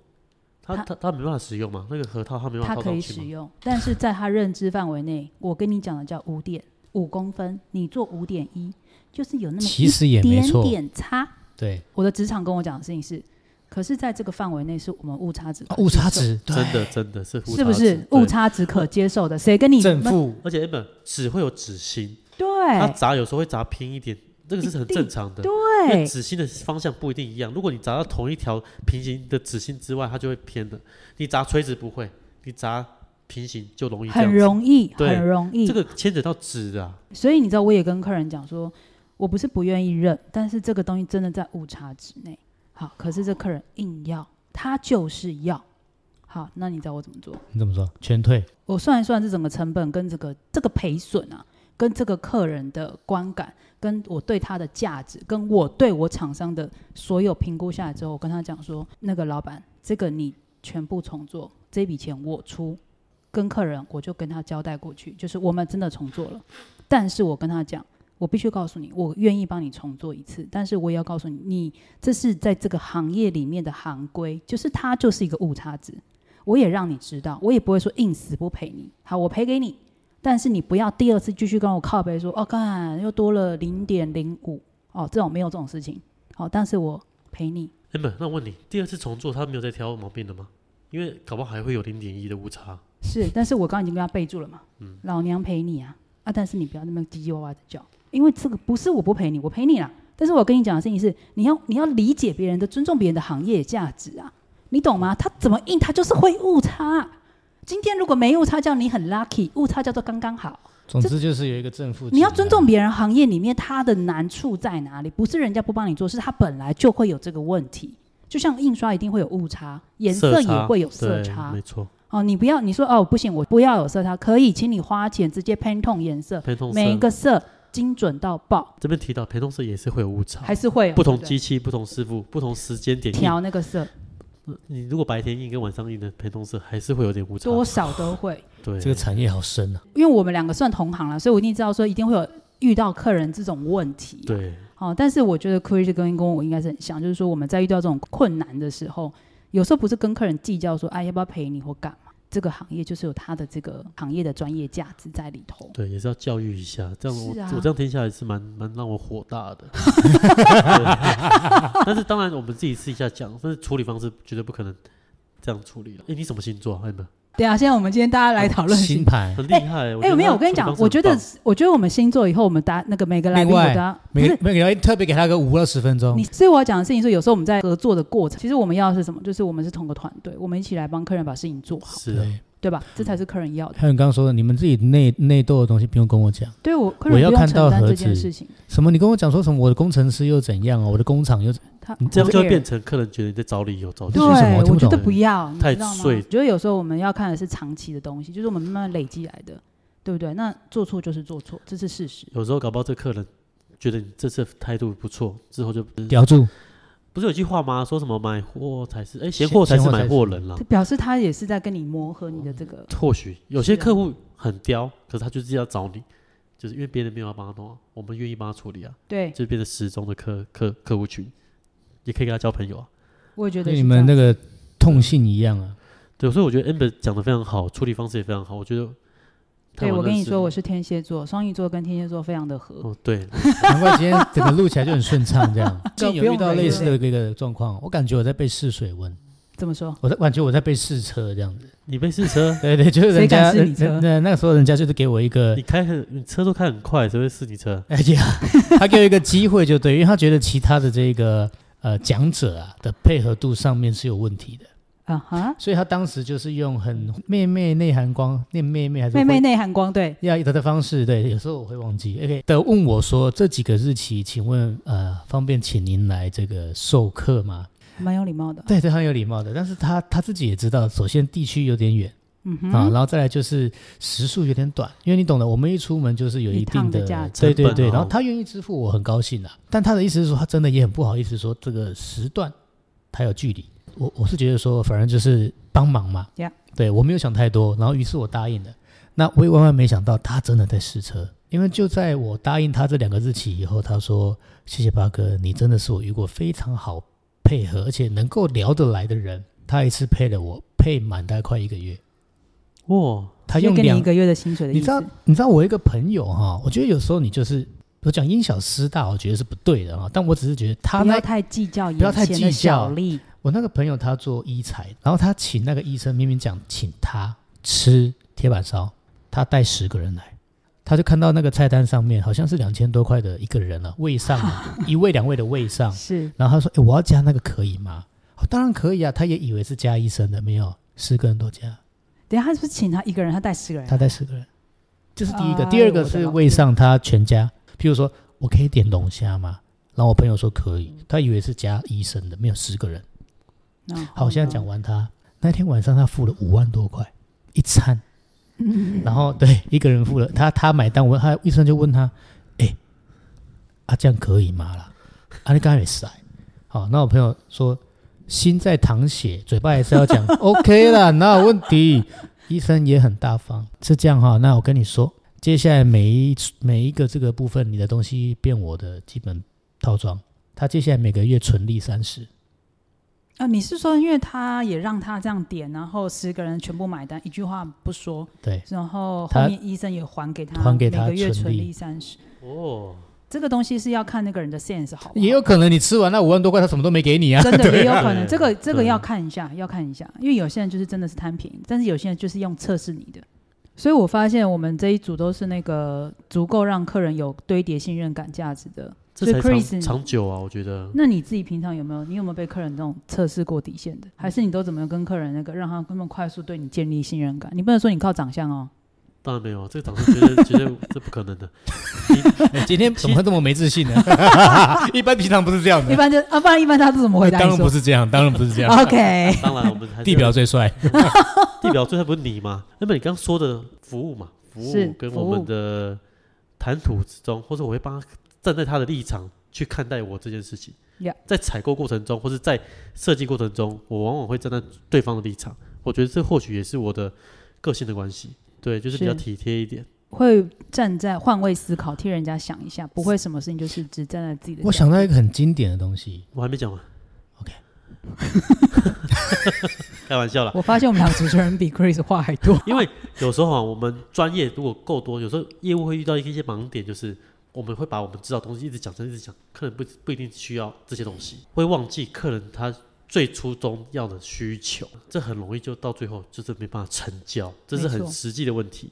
S2: 他
S3: 他
S2: 他他没办法使用嘛，那个核桃他没办
S3: 他
S2: 法套
S3: 可
S2: 上
S3: 以
S2: 去
S3: 使
S2: 嘛，
S3: 用，但是在他认知范围内，我跟你讲的叫五点五公分，你做五点一，就是有那么
S1: 其实也没
S3: 一点
S1: 错。
S3: 点差。
S1: 对，
S3: 我的职场跟我讲的事情是，可是在这个范围内，是我们误差值
S1: 啊
S3: 可
S1: 误差
S3: 接受，
S1: 值对
S2: 真的真的是误
S3: 是不
S2: 差
S3: 是
S2: 值
S3: 误？
S2: 对
S3: 差值可接受的？谁跟 你
S1: 正负啊
S2: 而且 amber 纸会有纸芯，它
S3: 对
S2: 砸有时候会砸偏一点，这个是很正常的。因为
S3: 对
S2: 纸芯的方向不一定一样，如果你砸到同一条平行的纸芯之外，它就会偏的。你砸垂直不会，你砸平行就容易这样
S3: 很
S2: 子。
S3: 容易，
S2: 对
S3: 很容易
S2: 这。个牵扯到纸的啊，
S3: 所以你知道，我也跟客人讲说，我不是不愿意认，但是这个东西真的在误差值内。好，可是这客人硬要，他就是要。好，那你知道我怎么做？
S1: 你怎么说？全退，
S3: 我算一算这整个成本跟这个这个赔损啊，跟这个客人的观感，跟我对他的价值，跟我对我厂商的所有评估下来之后，我跟他讲说，那个老板，这个你全部重做，这笔钱我出。跟客人我就跟他交代过去，就是我们真的重做了，但是我跟他讲，我必须告诉你，我愿意帮你重做一次，但是我也要告诉你，你这是在这个行业里面的行规，就是它就是一个误差值。我也让你知道，我也不会说硬死不赔你。好，我赔给你，但是你不要第二次继续跟我靠背说，哦，哦干又多了零点零五，哦，这种没有这种事情。好，但是我赔你，
S2: amber，那我问你，第二次重做他没有再挑毛病了吗？因为搞不好还会有零点一的误差。
S3: 是，但是我刚刚已经跟他备注了嘛，老娘陪你啊啊！但是你不要那么唧唧歪歪的叫，因为这个不是我不陪你，我陪你啦。但是我跟你讲的事情是，你要你要理解别人的，尊重别人的行业价值啊，你懂吗？他怎么硬，他就是会误差。今天如果没误差，叫你很 lucky；误差叫做刚刚好。
S1: 总之就是有一个正负值啊。
S3: 你要尊重别人行业里面他的难处在哪里，不是人家不帮你做，是他本来就会有这个问题。就像印刷一定会有误差，颜色也
S2: 差
S3: 会有色
S2: 对
S3: 差
S2: 没。错，
S3: 哦，你不要你说哦不行，我不要有色差，可以，请你花钱直接 Pantone 颜色，
S2: 陪同色
S3: 每一个色精准到爆，
S2: 这边提到陪同色也是会有误差
S3: 还，是会有
S2: 不同
S3: 对
S2: 机器、不同师傅、不同时间点
S3: 对
S2: 印
S3: 调那个色，
S2: 你如果白天印跟晚上印的陪同色还是会有点误差。
S3: 多少都会。
S2: 对，
S1: 这个产业好深啊，
S3: 因为我们两个算同行了，所以我一定知道说一定会有遇到客人这种问题。
S2: 对
S3: 哦，但是我觉得 Chris 跟跟我应该是很像，就是说我们在遇到这种困难的时候，有时候不是跟客人计较说，哎、要不要陪你或干嘛，这个行业就是有它的这个行业的专业价值在里头。
S2: 对，也是要教育一下。这样我、
S3: 是啊
S2: 我这样听下来是蛮蛮让我火大的。 对但是当然我们自己私底下讲，但是处理方式绝对不可能这样处理了。哎，你什么星座啊？有没有
S3: 对啊，现在我们今天大家来讨论
S1: 星盘。
S2: 很厉害？
S3: 哎、
S2: 觉得
S3: 没有，我跟你
S2: 他
S3: 讲，
S2: 处
S3: 我
S2: 理
S3: 觉
S2: 方
S3: 得
S2: 式很棒，
S3: 我觉得我们星座以后，我们大那个每个来宾
S1: 另
S3: 我
S1: 外
S3: 都要不
S1: 每
S3: 是
S1: 个每个人特别给他个五二十分钟
S3: 你，，所以我要讲的事情是，有时候我们在合作的过程，其实我们要的是什么？就是我们是同个团队，我们一起来帮客人把事情做好，
S2: 是啊，
S1: 对
S3: 对吧？这才是客人要的。
S1: 还有你刚刚说的，你们自己内内斗的东西不用跟我讲。
S3: 对我
S1: 我
S3: 客人
S1: 要
S3: 不用
S1: 看到
S3: 承担
S1: 盒
S3: 这件
S1: 子
S3: 事情，
S1: 什么？你跟我讲说什么？我的工程师又怎样啊？我的工厂又怎
S3: 他
S1: 你
S2: 这样就会
S3: care
S2: 变成客人觉得你在找理由找借
S1: 这
S3: 对，
S2: 口
S1: 是什么我听
S3: 我
S1: 不
S3: 觉
S1: 懂
S3: 得不要，你
S2: 太
S3: 知道吗？
S2: 碎
S3: 我觉得有时候我们要看的是长期的东西，就是我们慢慢累积来的，对不对？那做错就是做错，这是事实。
S2: 有时候搞不好这客人觉得你这次态度不错，之后就不是
S1: 叼住？
S2: 不是有句话吗？说什么买货才是哎，
S1: 闲
S2: 闲货才
S1: 闲
S2: 是
S1: 货才
S2: 买
S1: 是
S2: 货人啦
S3: 这。表示他也是在跟你磨合你的这
S1: 嗯
S3: 个，
S2: 或许有些
S3: 是啊
S2: 客户很刁，可是他就是要找你，就是因为别人没有要帮他弄啊，我们愿意帮他处理啊，
S3: 对，
S2: 就变成失踪的客客客户群，也可以跟他交朋友啊。
S3: 我也觉得
S1: 跟
S3: 是
S1: 你
S3: 这
S1: 们
S3: 样
S1: 那个痛性一样啊！
S2: 对，所以我觉得 Amber 讲的非常好，处理方式也非常好，我觉得台湾的是。
S3: 对我跟你说，我是天蝎座，双鱼座跟天蝎座非常的合。
S1: 嗯
S2: 哦，对，
S1: 难怪今天整个录起来就很顺畅，这样。
S3: 这
S1: 最
S3: 个不
S1: 近有遇
S3: 用
S1: 到
S3: 忍
S1: 类似
S3: 耐
S1: 的一个状况，我感觉我在被试水温，
S3: 怎么说？
S1: 我在感觉我在被试车这样子。，
S2: 你被试车
S1: 对对，就是人家
S3: 谁敢试你车
S1: 人那那个时候人家就是给我一个
S2: 你开很，你车都开很快，谁会试你车？
S1: 哎呀，他给我一个机会就对，因为他觉得其他的这个呃讲者啊的配合度上面是有问题的，
S3: 啊哈，
S1: 所以他当时就是用很妹妹内涵光念妹妹还是
S3: 妹妹内涵光，对，
S1: 要的方式，对，有时候我会忘记。OK 的问我说这几个日期，请问呃方便请您来这个授课吗？
S3: 蛮有礼貌的。
S1: 对，这很有礼貌的，但是他他自己也知道，首先地区有点远。
S3: 嗯
S1: 啊，
S3: 哼，
S1: 然后再来就是时速有点短，因为你懂的，我们一出门就是有
S3: 一
S1: 一
S3: 趟
S1: 定
S3: 的价值
S1: 对对
S2: 成本
S1: 对。
S2: 哦
S1: 然后他愿意支付，我很高兴啊。但他的意思是说，他真的也很不好意思说这个时段他有距离。我我是觉得说，反正就是帮忙嘛
S3: Yeah
S1: 对我没有想太多，然后于是我答应了。那我也万万没想到，他真的在试车，因为就在我答应他这两个日期以后，他说：“谢谢八哥，你真的是我遇过非常好配合，而且能够聊得来的人。”他一次配了我配满大概快一个月。
S2: 哇，
S1: 他
S3: 就
S1: 用
S3: 给你
S1: 两
S3: 一个月的薪水的
S1: 你
S3: 意
S1: 知道
S3: 思。，
S1: 你知道我一个朋友哈，我觉得有时候你就是我讲因小失大，我觉得是不对的哈。但我只是觉得他
S3: 不要
S1: 那
S3: 太计较眼
S1: 不要太
S3: 前的
S1: 计较
S3: 小利，
S1: 我那个朋友他做医材，然后他请那个医生明明讲请他吃铁板烧，他带十个人来，他就看到那个菜单上面好像是两千多块的一个人了、位 上啊一位两位的位上，
S3: 是
S1: 然后他说：“哎、我要加那个可以吗？”哦，当然可以啊，他也以为是加医生的，没有十个人都加。
S3: 等一下他是不是请他一个人，他带十个人
S1: 他，带十个人，这是第一个。
S3: 啊哎
S1: 第二
S3: 我
S1: 个
S3: 的
S1: 是
S3: 老
S1: 喂
S3: 天
S1: 上他全家，譬如说我可以点龙虾吗？然后我朋友说可以，
S3: 嗯
S1: 他以为是加医生的，没有十个人。
S3: 然后
S1: 好，现在
S3: 呢
S1: 讲完他那天晚上他付了五万多块一餐，然后对一个人付了，他他买单，我他医生就问他，哎、啊这样可以吗啦？啊你刚才没塞，好，那我朋友说心在淌血，嘴巴还是要讲 OK 啦，哪有问题？医生也很大方，是这样哈、那我跟你说，接下来每一每一个这个部分，你的东西变我的基本套装，他接下来每个月纯利三十。
S3: 啊，你是说因为他也让他这样点，然后十个人全部买单，一句话不说，
S1: 对，
S3: 然后后
S1: 他
S3: 面医生也还给他，
S1: 还给他
S3: 每个月
S1: 纯
S3: 纯
S1: 利
S3: 利三十，
S2: 哦，
S3: 这个东西是要看那个人的 sense 好不好
S1: 也有可能你吃完那五万多块，他什么都没给你啊。
S3: 真 的也有可能，这个这个
S2: 对
S3: 要看一下，要看一下，因为有些人就是真的是贪便宜，但是有些人就是用测试你的。所以我发现我们这一组都是那个足够让客人有堆叠信任感价值的。
S2: 这才
S3: 所以 Chris，
S2: 长长久啊，我觉得。
S3: 那你自己平常有没有？你有没有被客人那种测试过底线的？还是你都怎么跟客人那个让他他们快速对你建立信任感？你不能说你靠长相哦，
S2: 当然没有啊，这个掌声绝对绝对这不可能的。
S1: 哎今天怎么会这么没自信 呢？一般平常不是这样
S3: 一
S1: 的，
S3: 般就啊，不然一般他是怎么回答
S1: 当
S3: 你
S1: 然
S3: 说
S1: 不是这样，当然不是这
S3: 啊
S1: 样。啊
S3: ？OK，
S2: 当然，我们还是
S1: 地表最帅，
S2: 地表最后不是你嘛？那么你刚刚说的服务嘛，服
S3: 是
S2: 务跟
S3: 服
S2: 我
S3: 务
S2: 们的谈吐之中，或者我会帮他站在他的立场去看待我这件事情。
S3: Yeah
S2: 在采购过程中，或是在设计过程中，我往往会站在对方的立场。我觉得这或许也是我的个性的关系，对，就是比较
S3: 是
S2: 体贴一点。
S3: 会站在换位思考，替人家想一下，不会什么事情就是只站在自己的角度。
S1: 我想到一个很经典的东西，
S2: 我还没讲完
S1: OK
S2: 开玩笑啦。
S3: 我发现我们两个主持人比 Chris 话还多。
S2: 因为有时候啊，我们专业如果够多，有时候业务会遇到一些盲点，就是我们会把我们知道的东西一直讲成一直讲，客人不不一定需要这些东西，会忘记客人他最初中要的需求，这很容易就到最后就是没办法成交，这是
S3: 没
S2: 很
S3: 错
S2: 实际的问题。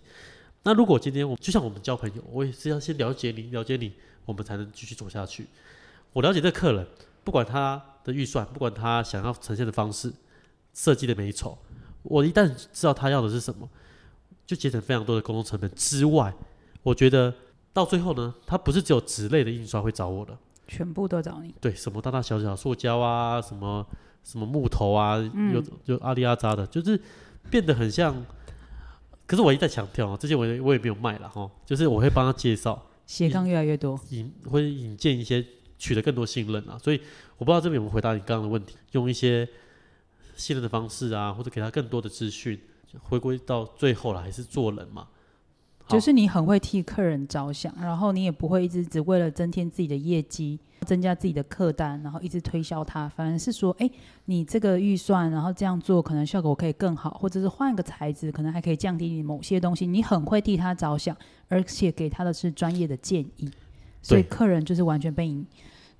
S2: 那如果今天我就像我们交朋友，我也是要先了解你，了解你，我们才能继续走下去。我了解这个客人，不管他的预算，不管他想要呈现的方式，设计的美丑，我一旦知道他要的是什么，就节省非常多的沟通成本之外，我觉得到最后呢，他不是只有纸类的印刷会找我的，
S3: 全部都找你，
S2: 对，什么大大小小塑胶啊，什么什么木头啊，
S3: 嗯
S2: 有有阿里阿扎的，就是变得很像。可是我一再强调啊，这些我也我也没有卖了哈，就是我会帮他介绍，
S3: 斜杠越来越多。
S2: 引会引荐一些取得更多信任啊。所以我不知道这边有没有回答你刚刚的问题，用一些信任的方式啊，或者给他更多的资讯，回归到最后了，还是做人嘛。好
S3: 就是你很会替客人着想，然后你也不会一直只为了增添自己的业绩、增加自己的客单，然后一直推销它。反而是说，哎，你这个预算，然后这样做可能效果可以更好，或者是换一个材质，可能还可以降低你某些东西。你很会替他着想，而且给他的是专业的建议，所以
S2: 对
S3: 客人就是完全被你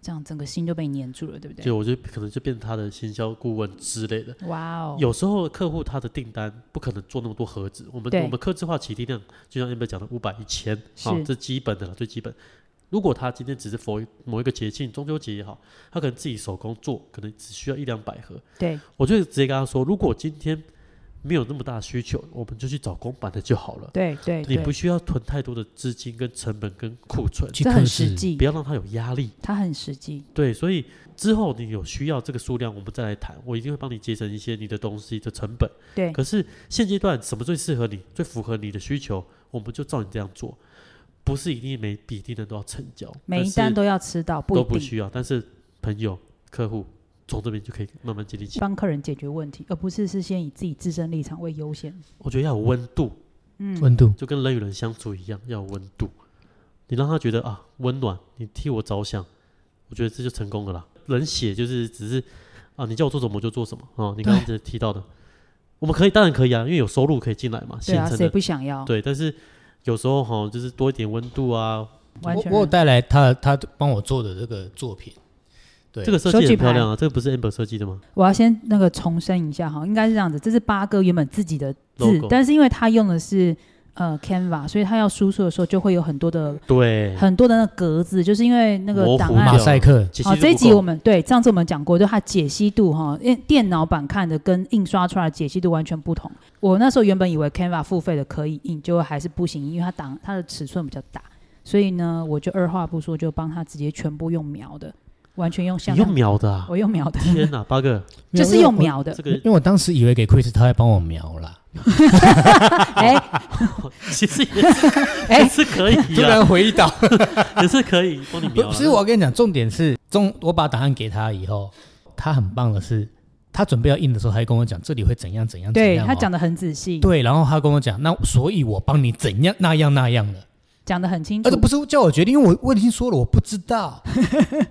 S3: 这样整个心就被你黏住了，对不对？
S2: 就我就可能就变他的行销顾问之类的。
S3: 哇哦，
S2: 有时候客户他的订单不可能做那么多盒子，我们
S3: 对
S2: 我们客制化起订量，就像 amber 讲的五百一千，啊
S3: 是，
S2: 这基本的了，最基本。如果他今天只是否某一个节庆，中秋节也好，他可能自己手工做，可能只需要一两百盒，
S3: 对，
S2: 我就直接跟他说，如果今天没有那么大的需求，我们就去找公版的就好了。
S3: 对对
S2: 你不
S3: 对，
S2: 需要囤太多的资金、跟成本、跟库存，
S1: 去
S3: 这
S1: 克
S3: 很实
S1: 制。
S3: 际
S2: 不，要让他有压力。
S3: 它很实际，
S2: 对，所以之后你有需要这个数量，我们再来谈。我一定会帮你节省一些你的东西的成本。
S3: 对，
S2: 可是现阶段什么最适合你、最符合你的需求，我们就照你这样做，不是一定每笔订单都要成交，
S3: 每
S2: 但
S3: 一
S2: 是
S3: 单都要吃到，不
S2: 都
S3: 一
S2: 不
S3: 定。
S2: 需要。但是朋友、客户从这边就可以慢慢建立起来。
S3: 帮客人解决问题，而不是是先以自己自身立场为优先。
S2: 我觉得要有温度，
S3: 嗯
S1: 温度，
S2: 就跟人与人相处一样，要有温度。你让他觉得啊温暖，你替我着想，我觉得这就成功了啦。冷血就是只是啊，你叫我做什么我就做什么哦。你刚刚提到的，我们可以当然可以啊，因为有收入可以进来嘛，
S3: 对
S2: 现
S3: 啊，
S2: 成
S3: 谁
S2: 的
S3: 不想要？
S2: 对。但是有时候哈、就是多一点温度啊。
S3: 完
S1: 我
S3: 全
S1: 我有带来他他帮我做的这个作品，对
S2: 这个设
S3: 手
S2: 计
S3: 举
S2: 很漂
S3: 牌
S2: 亮啊，这个不是 Amber 设计的吗？
S3: 我要先那个重申一下哈，应该是这样子，这是八哥原本自己的字
S2: Logo
S3: 但是因为他用的是呃 Canva，所以他要输出的时候就会有很多的
S2: 对，
S3: 很多的那个格子，就是因为那个
S2: 模糊
S3: 档
S2: 掉
S3: 案
S1: 马赛克
S2: 解析
S3: 哦，
S2: 度
S3: 这一
S2: 不
S3: 集
S2: 够
S3: 我们对上次我们讲过，就它解析度哈，因为电脑版看的跟印刷出来的解析度完全不同。我那时候原本以为 Canva 付费的可以印，结果还是不行，因为它档它的尺寸比较大，所以呢，我就二话不说就帮他直接全部用描的，完全用像
S2: 你用描的啊！
S3: 我用描的，
S2: 天哪，八哥，
S3: 就是用，描的
S2: 这。
S1: 因
S2: 个
S1: 为我当时以为给 Chris 他会帮我描啦，
S3: 哎
S2: 啊其实也是也
S3: 哎，
S2: 是可 以
S1: 突
S2: 啊，
S1: 然回到，
S2: 也是可以帮你啊描
S1: 不
S2: 啦。
S1: 是我跟你讲，重点是中我把答案给他以后，他很棒的是，他准备要印的时候，他还跟我讲这里会怎样怎样怎
S3: 对
S1: 样哦、
S2: 啊
S3: 他讲的很仔细，
S1: 对，然后他跟我讲，那所以我帮你怎样那样那样的，
S3: 讲的很
S2: 啊
S3: 清楚
S1: 而且。不是叫我决定，因为我我已经说了我不知 道，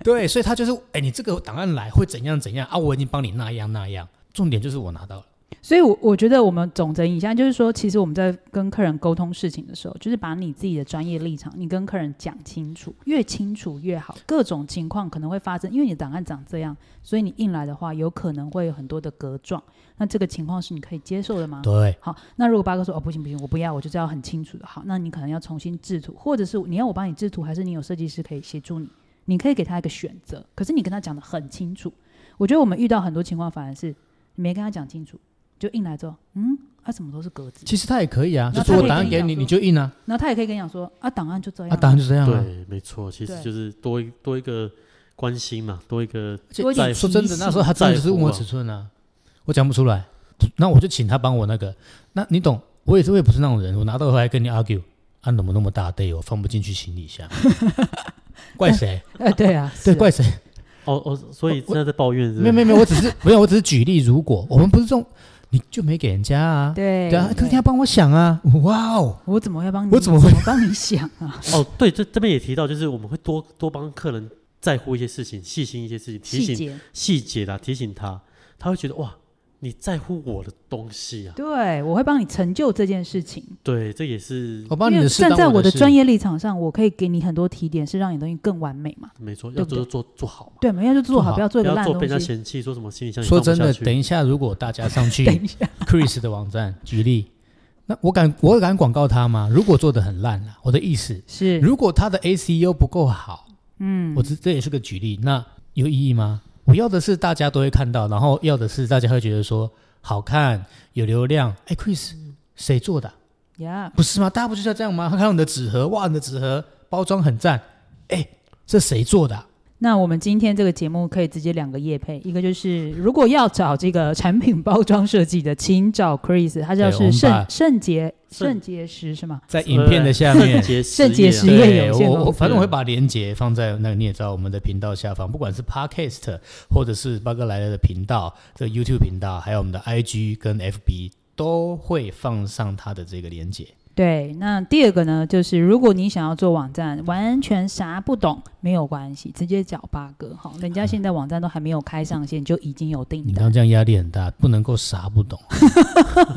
S1: 对，所以他就是哎、你这个档案来会怎样怎样啊，我已经帮你那样那样，重点就是我拿到了，
S3: 所以我，我觉得我们总整一下，就是说，其实我们在跟客人沟通事情的时候，就是把你自己的专业立场，你跟客人讲清楚，越清楚越好。各种情况可能会发生，因为你的档案长这样，所以你印来的话，有可能会有很多的格状。那这个情况是你可以接受的吗？
S1: 对，
S3: 好，那如果八哥说哦不行不行，我不要，我就是要很清楚的。好，那你可能要重新制图，或者是你要我帮你制图，还是你有设计师可以协助你？你可以给他一个选择，可是你跟他讲的很清楚。我觉得我们遇到很多情况，反而是你没跟他讲清楚，就硬来之后，嗯，啊，什么都是格子，
S1: 其实他也可以啊，
S3: 那
S1: 就是我
S3: 他可以
S1: 答案
S3: 跟你
S1: 给
S3: 讲
S1: 你，
S3: 说
S1: 你就印啊，
S3: 然后他也可以跟你讲说啊，档案就这样
S1: 啊，
S3: 啊，
S1: 答案就这样啊。
S2: 对，没错，其实
S3: 对
S2: 就是多一多一个关心嘛，多一个
S3: 多一点
S2: 在
S1: 说真的，那时候他真的是问我尺寸啊，我讲不出来，那我就请他帮我那个。那你懂，我也是，我也不是那种人，我拿到回来跟你 argue，啊，怎么那么大对我放不进去行李 箱，怪谁？
S3: 哎，对啊，是
S1: 对，
S3: 啊
S1: 怪谁？
S2: 哦哦，所以
S1: 我
S2: 现在在抱怨是
S1: 没
S2: 不是
S1: 有没有没有，我只 是没有，我只是举例。如果我们不是这种，你就没给人家啊，
S3: 对
S1: 对啊，可是你
S3: 对
S1: 要帮我想啊，哇哦，
S3: 我怎么会帮你？
S1: 我怎么会
S3: 帮你想 啊？
S2: 哦，对，这这边也提到，就是我们会多多帮客人在乎一些事情，细心一些事情，提醒
S3: 细节，
S2: 细节啦，提醒他，他会觉得哇，你在乎我的东西啊。
S3: 对我会帮你成就这件事情。
S2: 对，这也是
S1: 我帮你
S3: 因为
S1: 的事
S3: 站在
S1: 当
S3: 我
S1: 我
S3: 的
S1: 事
S3: 专业立场上，我可以给你很多提点，是让你的东西更完美嘛？
S2: 没错，
S3: 对
S2: 要
S3: 不对
S2: 做就做做好嘛，
S3: 对嘛，要就做
S1: 做
S3: 好，
S1: 好
S3: 不要做
S2: 不
S3: 一个
S2: 要
S3: 烂
S2: 做被人
S3: 东
S2: 家
S3: 西。
S2: 嫌弃，说什么行李箱你
S1: 说
S2: 放不
S1: 真的，
S2: 下去
S1: 等一下，如果大家上去
S3: 等一下，
S1: Chris 的网站举例，那我敢我敢广告他吗？如果做的很烂啊，我的意思，
S3: 是
S1: 如果他的 ACU 不够好，
S3: 嗯
S1: 我，这这也是个举例，那有意义吗？我要的是大家都会看到，然后要的是大家会觉得说好看、有流量。哎，Chris，谁做的啊、
S3: 呀，
S1: 不是吗？大家不就是要这样吗？他看到你的纸盒，哇，你的纸盒包装很赞，哎，这谁做的啊、
S3: 那我们今天这个节目可以直接两个业配，一个就是如果要找这个产品包装设计的，请找 Chris，他叫
S1: 对我
S3: 是
S1: 们把
S3: 圣圣杰
S2: 圣
S3: 圣杰石是吗？
S1: 在影片的 下面
S2: 圣。洁实
S3: 圣洁
S2: 业啊
S3: 实业
S1: 对
S3: 有限公
S1: 我我
S3: 司
S1: 哦反正我会把链接放在那个你也知道我们的频道下方，不管是 Podcast 或者是巴哥来了的频道、这个 YouTube 频道，还有我们的 IG 跟 FB 都会放上它的这个链接。
S3: 对，那第二个呢，就是如果你想要做网站，完全啥不懂没有关系，直接找八哥哈，人家现在网站都还没有开上线，就已经有订
S1: 哎你刚
S3: 单
S1: 刚。这样压力很大，不能够啥不懂，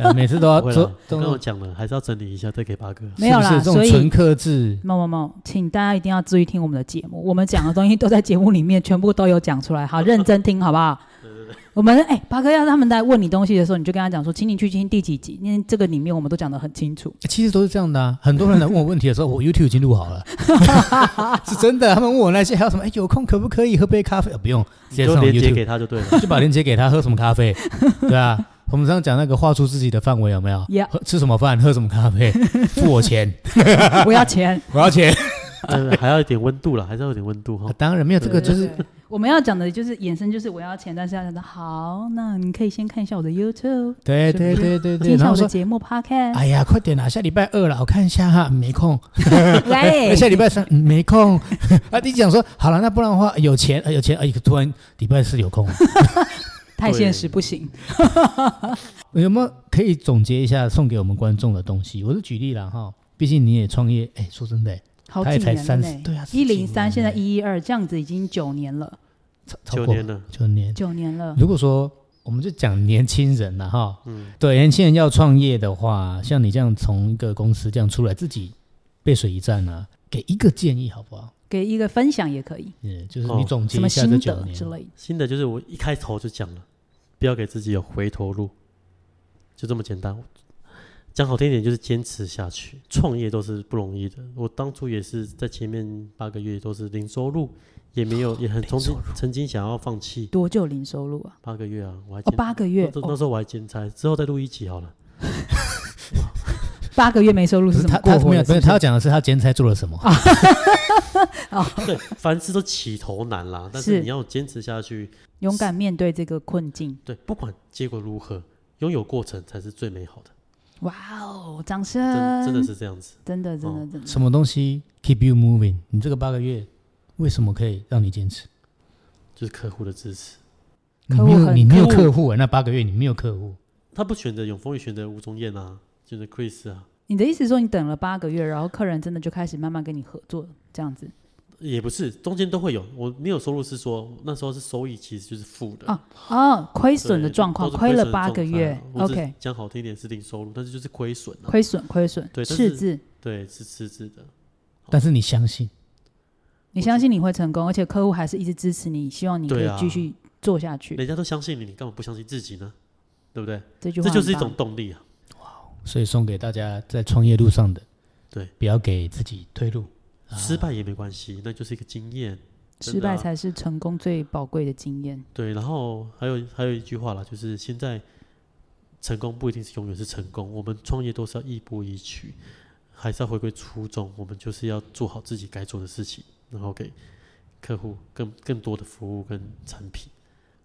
S1: 啊每次都要
S2: 不会
S1: 做
S2: 啦，
S1: 都
S2: 跟我讲了，还是要整理一下再给八哥。
S3: 没有啦
S1: 是不是这
S3: 所
S1: 种
S3: 以
S1: 纯克制。
S3: 某某某，请大家一定要注意听我们的节目，我们讲的东西都在节目里面，全部都有讲出 来，好，认真听好不好？我们哎，八哥要他们在问你东西的时候，你就跟他讲说，请你去听第几集，因为这个里面我们都讲得很 清楚。
S1: 欸其实都是这样的啊，很多人来问我问题的时候，我 YouTube 已经录好了， 是真的。他们问我那些还有什么，哎、有空可不可以喝杯咖啡？呃不用，直
S2: 你
S1: 接
S2: 就
S1: 上
S2: 连接
S1: YouTube
S2: 给他就对了。
S1: 就把链接给他，喝什么咖啡？对啊，我们刚刚讲那个画出自己的范围有没有
S3: Yeah
S1: 喝吃什么饭，喝什么咖啡，付我钱，
S3: 不要钱，
S1: 我要钱。
S2: 但 是还要一点温度啦，还是要有点温度哈
S1: 啊。当然没有这个，
S3: 对
S1: 就
S3: 对
S1: 是
S3: 对我们要讲的就是衍生，就是我要钱，但是要讲的好，那你可以先看一下我的 YouTube，
S1: 对对对对
S3: 听
S1: 对。
S3: 一
S1: 然
S3: 下
S1: 后
S3: 我的
S1: 说，
S3: 节目 Podcast，
S1: 哎呀，快点啦，下礼拜二了，我看一下哈，嗯没空。
S3: 喂
S1: 哎，下礼拜三嗯没空。 啊，你讲说好了，那不然的话有钱，呃有钱，哎，突然礼拜四有空，
S3: 太现实
S2: 对
S3: 不行。
S1: 有没有可以总结一下送给我们观众的东西？我是举例了哈，毕竟你也创业，哎，说真的，
S3: 好
S1: 他
S3: 几
S1: 也才
S3: 年了
S1: 三十
S3: 呢，，
S1: 对啊，
S3: 一零三，现在
S1: 一
S3: 一一二，这样子已经九年了，
S2: 九年了，
S1: 九年。
S3: 九年了。
S1: 如果说我们就讲年轻人了哈，
S2: 嗯，
S1: 对年轻人要创业的话，像你这样从一个公司这样出来，自己背水一战啊，给一个建议好不好？
S3: 给一个分享也可以，
S1: 嗯，就是
S2: 哦
S1: 你总结
S3: 什么
S1: 一下这
S3: 心
S1: 九
S3: 得
S1: 年，
S3: 之类的。
S2: 新的就是我一开头就讲了，不要给自己有回头路，就这么简单。讲好听一点就是坚持下去，创业都是不容易的。我当初也是在前面八个月都是零收入，也没
S3: 哦
S2: 有，也很曾经曾经想要放弃
S3: 多久零收入啊？
S2: 八个月啊，我还
S3: 哦，
S2: 兼
S3: 八个月
S2: 那，时候那
S3: 哦
S2: 时候我还兼差，之后再录一集好了。
S3: 八个月没收入
S1: 不
S3: 是
S1: 是
S3: 什么
S1: 他
S3: 过
S1: 他
S3: 活
S1: 没有
S3: 的？
S1: 没有，他
S3: 是不
S1: 要
S3: 是
S1: 讲的是他兼差做了什么。
S2: 对，凡事都起头难啦，但
S3: 是
S2: 是你要坚持下去，
S3: 勇敢面对这个困境。
S2: 对，不管结果如何，拥有过程才是最美好的。
S3: 哇哦，掌
S2: 真
S3: 声！
S2: 真的是这样子。
S3: 真的，真的，
S2: 哦
S3: 真的。
S1: 什么东西 keep you moving？你这个八个月为什么可以让你坚持？
S2: 就是客户的支持。
S1: 你
S3: 客户
S1: 没有
S3: 很
S1: 你没有
S2: 客户
S1: 客户、欸，那八个月你没有客户，
S2: 他不选择永丰，也选择吴宗彦啊，就是 Chris 啊。
S3: 你的意思是说，你等了八个月，然后客人真的就开始慢慢跟你合作，这样子？
S2: 也不是，中间都会有。我没有收入是说那时候是收益其实就是负的
S3: 哦哦，亏
S2: 对
S3: 损的状况，
S2: 都是
S3: 亏了
S2: 损的
S3: 八
S2: 状
S3: 个
S2: 态
S3: 月
S2: 啊我只是
S3: ，OK，
S2: 讲好听一点是零收入，但是就是亏损啊。
S3: 亏损亏损，
S2: 对但
S3: 赤
S2: 是
S3: 字，
S2: 对，是赤字的。
S1: 但是你相信，
S3: 你相信你会成功，而且客户还是一直支持你，希望你可
S2: 对
S3: 以
S2: 啊
S3: 继续做下去。
S2: 人家都相信你，你干嘛不相信自己呢？对不对？
S3: 这句话
S2: 这就是一
S3: 很棒
S2: 种动力啊。
S1: 所以送给大家在创业路上的，
S2: 对，
S1: 不要给自己退路。
S3: 啊
S2: 失败也没关系，那就是一个经验。真
S3: 失
S2: 的啊
S3: 败才是成功最宝贵的经验。
S2: 对，然后还有还有一句话啦，就是现在成功不一定是永远是成功，我们创业都是要亦步亦趋，还是要回归初衷，我们就是要做好自己该做的事情，然后给客户更更多的服务跟产品。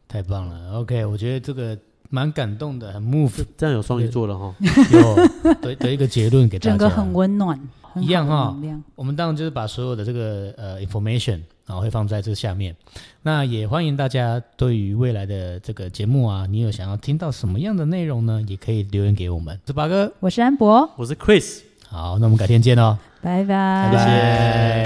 S1: 太棒了，OK，我觉得这个蛮感动的， 很 move
S2: 这样有双鱼座了哈，
S1: 有的的一个结论给大家。
S3: 整个很温暖，很
S1: 一样啊
S3: 好的
S1: 哈
S3: 能量
S1: 我们当然就是把所有的这个呃 information 啊、会放在这下面。那也欢迎大家对于未来的这个节目啊，你有想要听到什么样的内容呢？也可以留言给我们。这八哥，
S3: 我是安博，
S2: 我是 Chris，
S1: 好，那我们改天见哦，
S3: 拜拜
S1: 拜。拜。